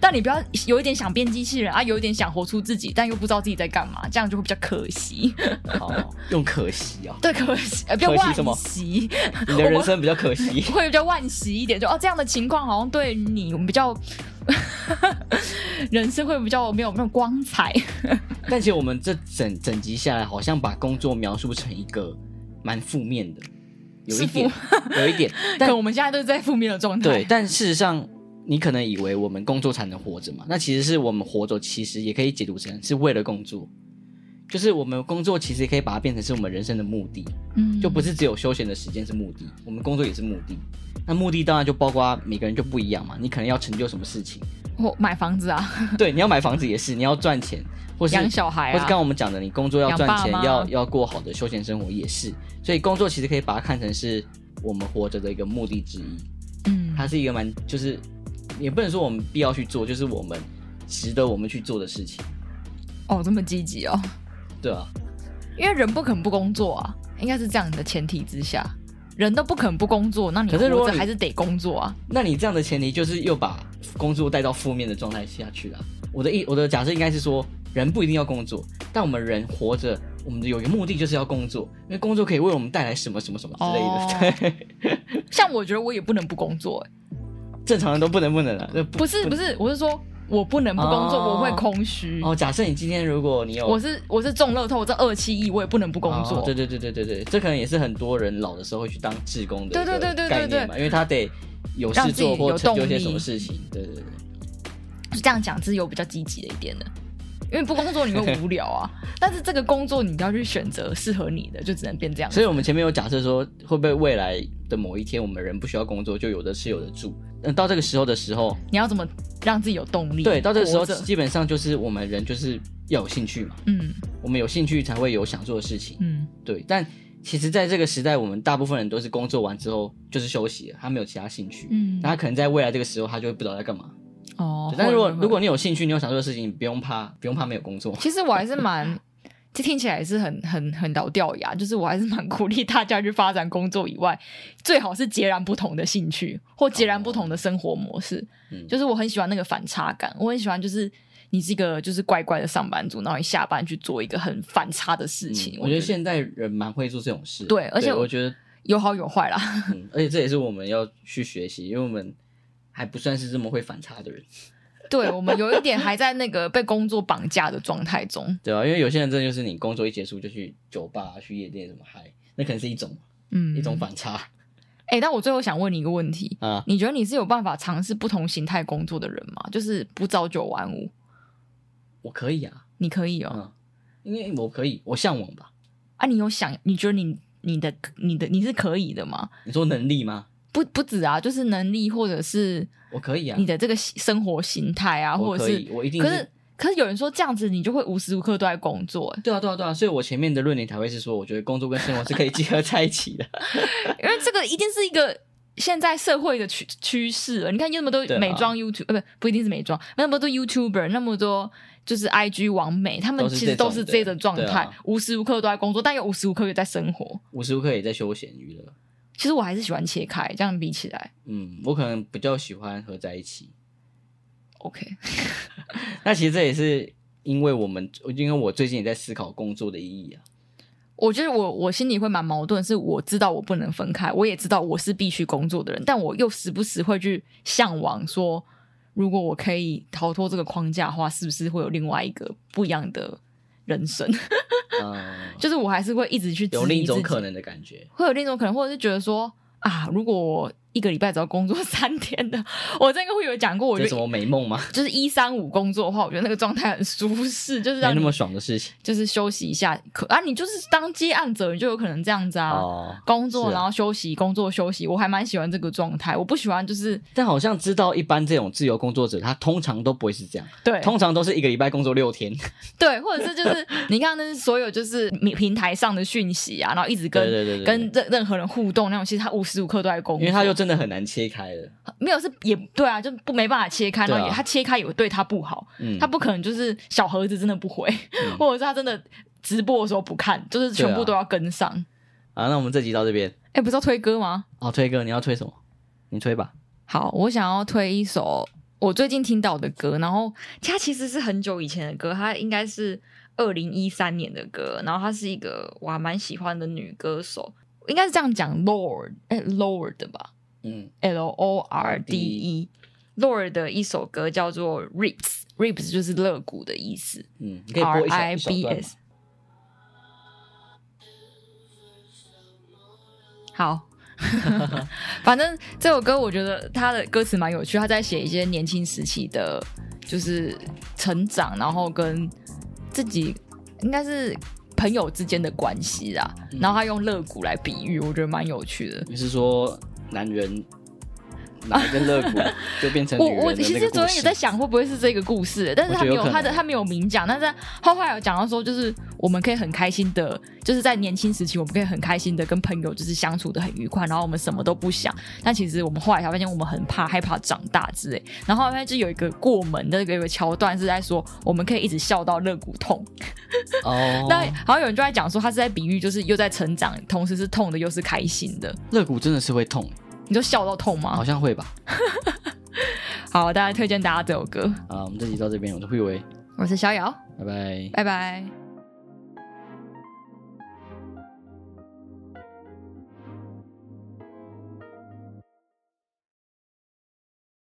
[SPEAKER 1] 但你不要有一点想变机器人啊，有一点想活出自己，但又不知道自己在干嘛，这样就会比较可惜。
[SPEAKER 2] 好，用可惜啊、
[SPEAKER 1] <laughs> 对，可惜，呃，比较
[SPEAKER 2] 可惜什
[SPEAKER 1] 惋
[SPEAKER 2] 么
[SPEAKER 1] 惜，。
[SPEAKER 2] 你的人生比较可惜
[SPEAKER 1] 会比较惋惜一点，就哦这样的情况好像对你我们比较 <laughs> 人生会比较没有没有光彩。
[SPEAKER 2] <laughs> 但其实我们这整整集下来，好像把工作描述成一个蛮负面的，有一点，有一点。
[SPEAKER 1] 可
[SPEAKER 2] 但
[SPEAKER 1] 能我们现在都是在负面的状态。
[SPEAKER 2] 对， <laughs> 但事实上，你可能以为我们工作才能活着嘛？那其实是我们活着，其实也可以解读成是为了工作。就是我们工作其实也可以把它变成是我们人生的目的，
[SPEAKER 1] 嗯
[SPEAKER 2] 就不是只有休闲的时间是目的，我们工作也是目的。那目的当然就包括每个人就不一样嘛，你可能要成就什么事
[SPEAKER 1] <laughs>
[SPEAKER 2] 情，
[SPEAKER 1] 我买房子啊，
[SPEAKER 2] 对，你要买房子也是，你要赚钱，或是
[SPEAKER 1] 养小孩
[SPEAKER 2] 或是
[SPEAKER 1] 啊
[SPEAKER 2] 刚，刚我们讲的，你工作要
[SPEAKER 1] 养
[SPEAKER 2] 赚
[SPEAKER 1] 爸
[SPEAKER 2] 钱，
[SPEAKER 1] 妈
[SPEAKER 2] 要要过好的休闲生活也是。所以工作其实可以把它看成是我们活着的一个目的之一，
[SPEAKER 1] 嗯，
[SPEAKER 2] 它是一个蛮就是也不能说我们必要去做，就是我们值得我们去做的事情，
[SPEAKER 1] 哦这么积极哦，
[SPEAKER 2] 对啊，
[SPEAKER 1] 因为人不肯不工作啊，应该是这样的前提之下，人都不肯不工作，那你
[SPEAKER 2] 可是如果
[SPEAKER 1] 活着
[SPEAKER 2] 你
[SPEAKER 1] 还是得工作啊。
[SPEAKER 2] 那你这样的前提就是又把工作带到负面的状态下去了。我的意，我的假设应该是说，人不一定要工作，但我们人活着，我们的有一个目的就是要工作，因为工作可以为我们带来什么什么什么之类的。
[SPEAKER 1] 哦
[SPEAKER 2] <laughs> 对，
[SPEAKER 1] 像我觉得我也不能不工作、欸
[SPEAKER 2] 正常人都不能不能了、这
[SPEAKER 1] 不是不是，我是说我不能不工作，我
[SPEAKER 2] 哦
[SPEAKER 1] 会空虚。
[SPEAKER 2] 哦，假设你今天如果你有
[SPEAKER 1] 嗯我是我是中乐透，我这二七亿，我也不能不工作。
[SPEAKER 2] 哦对对对对对对，这可能也是很多人老的时候会去当志工的
[SPEAKER 1] 对对
[SPEAKER 2] 一个
[SPEAKER 1] 对对对
[SPEAKER 2] 概念嘛，因为他得有
[SPEAKER 1] 让
[SPEAKER 2] 事
[SPEAKER 1] 自己
[SPEAKER 2] 做或
[SPEAKER 1] 有
[SPEAKER 2] 成就
[SPEAKER 1] 动
[SPEAKER 2] 一些什
[SPEAKER 1] 力
[SPEAKER 2] 么事情，对对对。
[SPEAKER 1] 这样讲是有比较积极的一点的，因为不工作你会无聊
[SPEAKER 2] <laughs>
[SPEAKER 1] 啊。但是这个工作你要去选择适合你的，就只能变这样。
[SPEAKER 2] 所以我们前面有假设说，会不会未来的某一天我们人不需要工作，就有的吃有的住？嗯，到这个时候的时候，
[SPEAKER 1] 你要怎么让自己有动力？
[SPEAKER 2] 对，到这个时候
[SPEAKER 1] 嗯活着
[SPEAKER 2] 基本上就是我们人就是要有兴趣嘛，
[SPEAKER 1] 嗯
[SPEAKER 2] 我们有兴趣才会有想做的事情，
[SPEAKER 1] 嗯，
[SPEAKER 2] 对。但其实在这个时代，我们大部分人都是工作完之后就是休息了，他没有其他兴趣，
[SPEAKER 1] 嗯
[SPEAKER 2] 那他可能在未来这个时候他就会不知道在干嘛，
[SPEAKER 1] 哦
[SPEAKER 2] 对但是如果如果
[SPEAKER 1] 你
[SPEAKER 2] 你有兴趣，你有想做的事情，你不用怕，不用怕没有工作。
[SPEAKER 1] 其实我还是蛮。这听起来是很很很老掉牙，就是我还是蛮鼓励大家去发展工作以外，最好是截然不同的兴趣或截然不同的生活模式。
[SPEAKER 2] 嗯
[SPEAKER 1] 就是我很喜欢那个反差感，我很喜欢就是你是一个就是乖乖的上班族，然后你下班去做一个很反差的事情。
[SPEAKER 2] 嗯
[SPEAKER 1] 我
[SPEAKER 2] 我觉得
[SPEAKER 1] 现
[SPEAKER 2] 现代人蛮会做这种事。
[SPEAKER 1] 对而且我
[SPEAKER 2] 我觉得，
[SPEAKER 1] 有好有坏啦。 <laughs>
[SPEAKER 2] 嗯，而且这也是我们要去学习，因为我们还不算是这么会反差的人，
[SPEAKER 1] 对我们有一点还在那个被工作绑架的状态中。
[SPEAKER 2] 对吧、因为有些人真的就是你工作一结束就去酒吧、去夜店什么嗨，那可能是一种
[SPEAKER 1] 嗯，
[SPEAKER 2] 一种反差
[SPEAKER 1] 哎、但我最后想问你一个问题，
[SPEAKER 2] 啊。
[SPEAKER 1] 你觉得你是有办法尝试不同形态工作的人吗？就是不朝九晚五，
[SPEAKER 2] 我可以啊，
[SPEAKER 1] 你可以哦。
[SPEAKER 2] 嗯，因为我可以，我向往吧。
[SPEAKER 1] 啊，你有想？你觉得你你的你的你是可以的吗？
[SPEAKER 2] 你说能力吗？
[SPEAKER 1] 不不止啊，就是能力或者是
[SPEAKER 2] 我可以啊
[SPEAKER 1] 你，的这个生活形态啊，
[SPEAKER 2] 我
[SPEAKER 1] 或者
[SPEAKER 2] 可
[SPEAKER 1] 是
[SPEAKER 2] 以，我一定
[SPEAKER 1] 可是可是有人说这样子你就会无时无刻都在工作，
[SPEAKER 2] 对啊，对啊，对啊，所以我前面的论点才会是说，我觉得工作跟生活是可以结合在一起的。
[SPEAKER 1] 因为这个一定是一个现在社会的趋趋势了。你看有那么多
[SPEAKER 2] 对啊
[SPEAKER 1] 美妆 YouTube，呃，不不一定是美妆，那么多 YouTuber，那么多就是 IG 网美，他们
[SPEAKER 2] 都是
[SPEAKER 1] 其
[SPEAKER 2] 这
[SPEAKER 1] 实都
[SPEAKER 2] 种
[SPEAKER 1] 是
[SPEAKER 2] 的
[SPEAKER 1] 这种状
[SPEAKER 2] 对
[SPEAKER 1] 态，
[SPEAKER 2] 啊
[SPEAKER 1] 无时无刻都在工作，但又无时无刻又在生活。
[SPEAKER 2] 无时无刻也在休闲娱乐。
[SPEAKER 1] 其实我还是喜欢切开，这样比起来
[SPEAKER 2] 嗯，我可能比较喜欢合在一起。
[SPEAKER 1] ，OK，
[SPEAKER 2] 那其实这也是因为我们，因为我最近也在思考工作的意义啊。
[SPEAKER 1] 我觉得我我心里会蛮矛盾，是我知道我不能分开，我也知道我是必须工作的人，但我又时不时会去向往说，如果我可以逃脱这个框架的话，是不是会有另外一个不一样的人生？ <laughs>
[SPEAKER 3] 嗯，
[SPEAKER 1] 就是我还是会一直去质疑
[SPEAKER 3] 有另一种
[SPEAKER 1] 自己
[SPEAKER 3] 可能的感觉。
[SPEAKER 1] 会有另一种可能，或者是觉得说啊，如果我一个礼拜只要工作 <laughs> 三天的，我这个会有讲过，我
[SPEAKER 3] 这
[SPEAKER 1] 觉
[SPEAKER 3] 什
[SPEAKER 1] 得
[SPEAKER 3] 么美梦吗？
[SPEAKER 1] 就是一三五工作的话，我觉得那个状态很舒适，就是
[SPEAKER 2] 没
[SPEAKER 1] 让
[SPEAKER 2] 那
[SPEAKER 1] 你
[SPEAKER 2] 么爽的事情
[SPEAKER 1] 就是休息一下，可啊，你就是当接案者，你就有可能这样子啊。
[SPEAKER 2] 哦。
[SPEAKER 1] 工作，
[SPEAKER 2] 是啊
[SPEAKER 1] 然后休息，工作休息，我还蛮喜欢这个状态。我不喜欢就是
[SPEAKER 2] 但好
[SPEAKER 3] 好像知道一般这种自由工作者，他通常都不会是这样，
[SPEAKER 1] 对
[SPEAKER 3] 通常都是一个礼拜工作六天。
[SPEAKER 1] 对，或者是就是 <laughs> 你看那是所有就是平平台上的讯息啊，然后一直跟
[SPEAKER 2] 对对对对
[SPEAKER 1] 跟任任何人互动那种，其实他无时无刻都在工作，
[SPEAKER 3] 因为他就真的很难切开了。
[SPEAKER 1] 没有是也对啊，就不没办法切开，
[SPEAKER 2] 对啊
[SPEAKER 1] 然后也、他切开也对他不好，
[SPEAKER 3] 嗯，
[SPEAKER 1] 他不可能就是小盒子真的不回，<laughs>
[SPEAKER 2] 嗯
[SPEAKER 1] 或者是他真的直播的时候不看，就是全
[SPEAKER 2] 啊
[SPEAKER 1] 部都要跟上。
[SPEAKER 2] 好，那我们这集到这边。
[SPEAKER 1] 哎、不是要推歌吗？
[SPEAKER 2] 哦，推歌，你要推什么？你推吧。
[SPEAKER 1] 好，我想要推一首我最近听到的歌，然后它其实是很久以前的歌，它应该是二零一三年的歌，然后她是一个我还蛮喜欢的女歌手，应该是这样讲，Lord，哎、l o r d 吧
[SPEAKER 3] 嗯，
[SPEAKER 1] ，L O R D E E，Lord 的一首歌叫做 Ribs，Ribs 就是肋骨的意思
[SPEAKER 3] 嗯，你可以播
[SPEAKER 1] ，R
[SPEAKER 3] 一小
[SPEAKER 1] I
[SPEAKER 3] 一小
[SPEAKER 1] B
[SPEAKER 3] 段吗
[SPEAKER 1] S。好， <laughs> 反正这首歌我觉得它的歌词蛮有趣，他在写一些年轻时期的，就是成长，然后跟自己应该是朋友之间的关系啦。
[SPEAKER 3] 嗯
[SPEAKER 1] 然后他用肋骨来比喻，我觉得蛮有趣的。
[SPEAKER 3] 你是说男
[SPEAKER 1] <laughs>
[SPEAKER 3] 人哪一根肋骨就变成
[SPEAKER 1] 我
[SPEAKER 3] 女人
[SPEAKER 1] 我
[SPEAKER 3] 的
[SPEAKER 1] 其
[SPEAKER 3] 那
[SPEAKER 1] 实
[SPEAKER 3] 个
[SPEAKER 1] 昨
[SPEAKER 3] 故
[SPEAKER 1] 天也
[SPEAKER 3] 事？
[SPEAKER 1] 在想会不会是这个故事，但是他没
[SPEAKER 2] 我觉得有
[SPEAKER 1] 有
[SPEAKER 2] 可能
[SPEAKER 1] 他的他没有明讲，但是他后来有讲到说，就是我们可以很开心的，就是在年轻时期，我们可以很开心的跟朋友就是相处的很愉快，然后我们什么都不想。但其实我们后来才发现，我们很怕害怕长大之类。然后后面就有一个过门的有一个桥段是在说，我们可以一直笑到肋骨痛。
[SPEAKER 2] 哦，
[SPEAKER 1] 那好像有人就在讲说，他是在比喻，就是又在成长，同时是痛的，又是开心的。
[SPEAKER 2] 肋骨真的是会痛，
[SPEAKER 1] 你就笑到痛吗
[SPEAKER 2] 好？像会吧。
[SPEAKER 1] 好，大家推荐大家这首歌。
[SPEAKER 2] 啊，我们这集到这边，我是慧维，
[SPEAKER 1] 我是逍遥，
[SPEAKER 2] 拜拜。
[SPEAKER 1] 拜拜。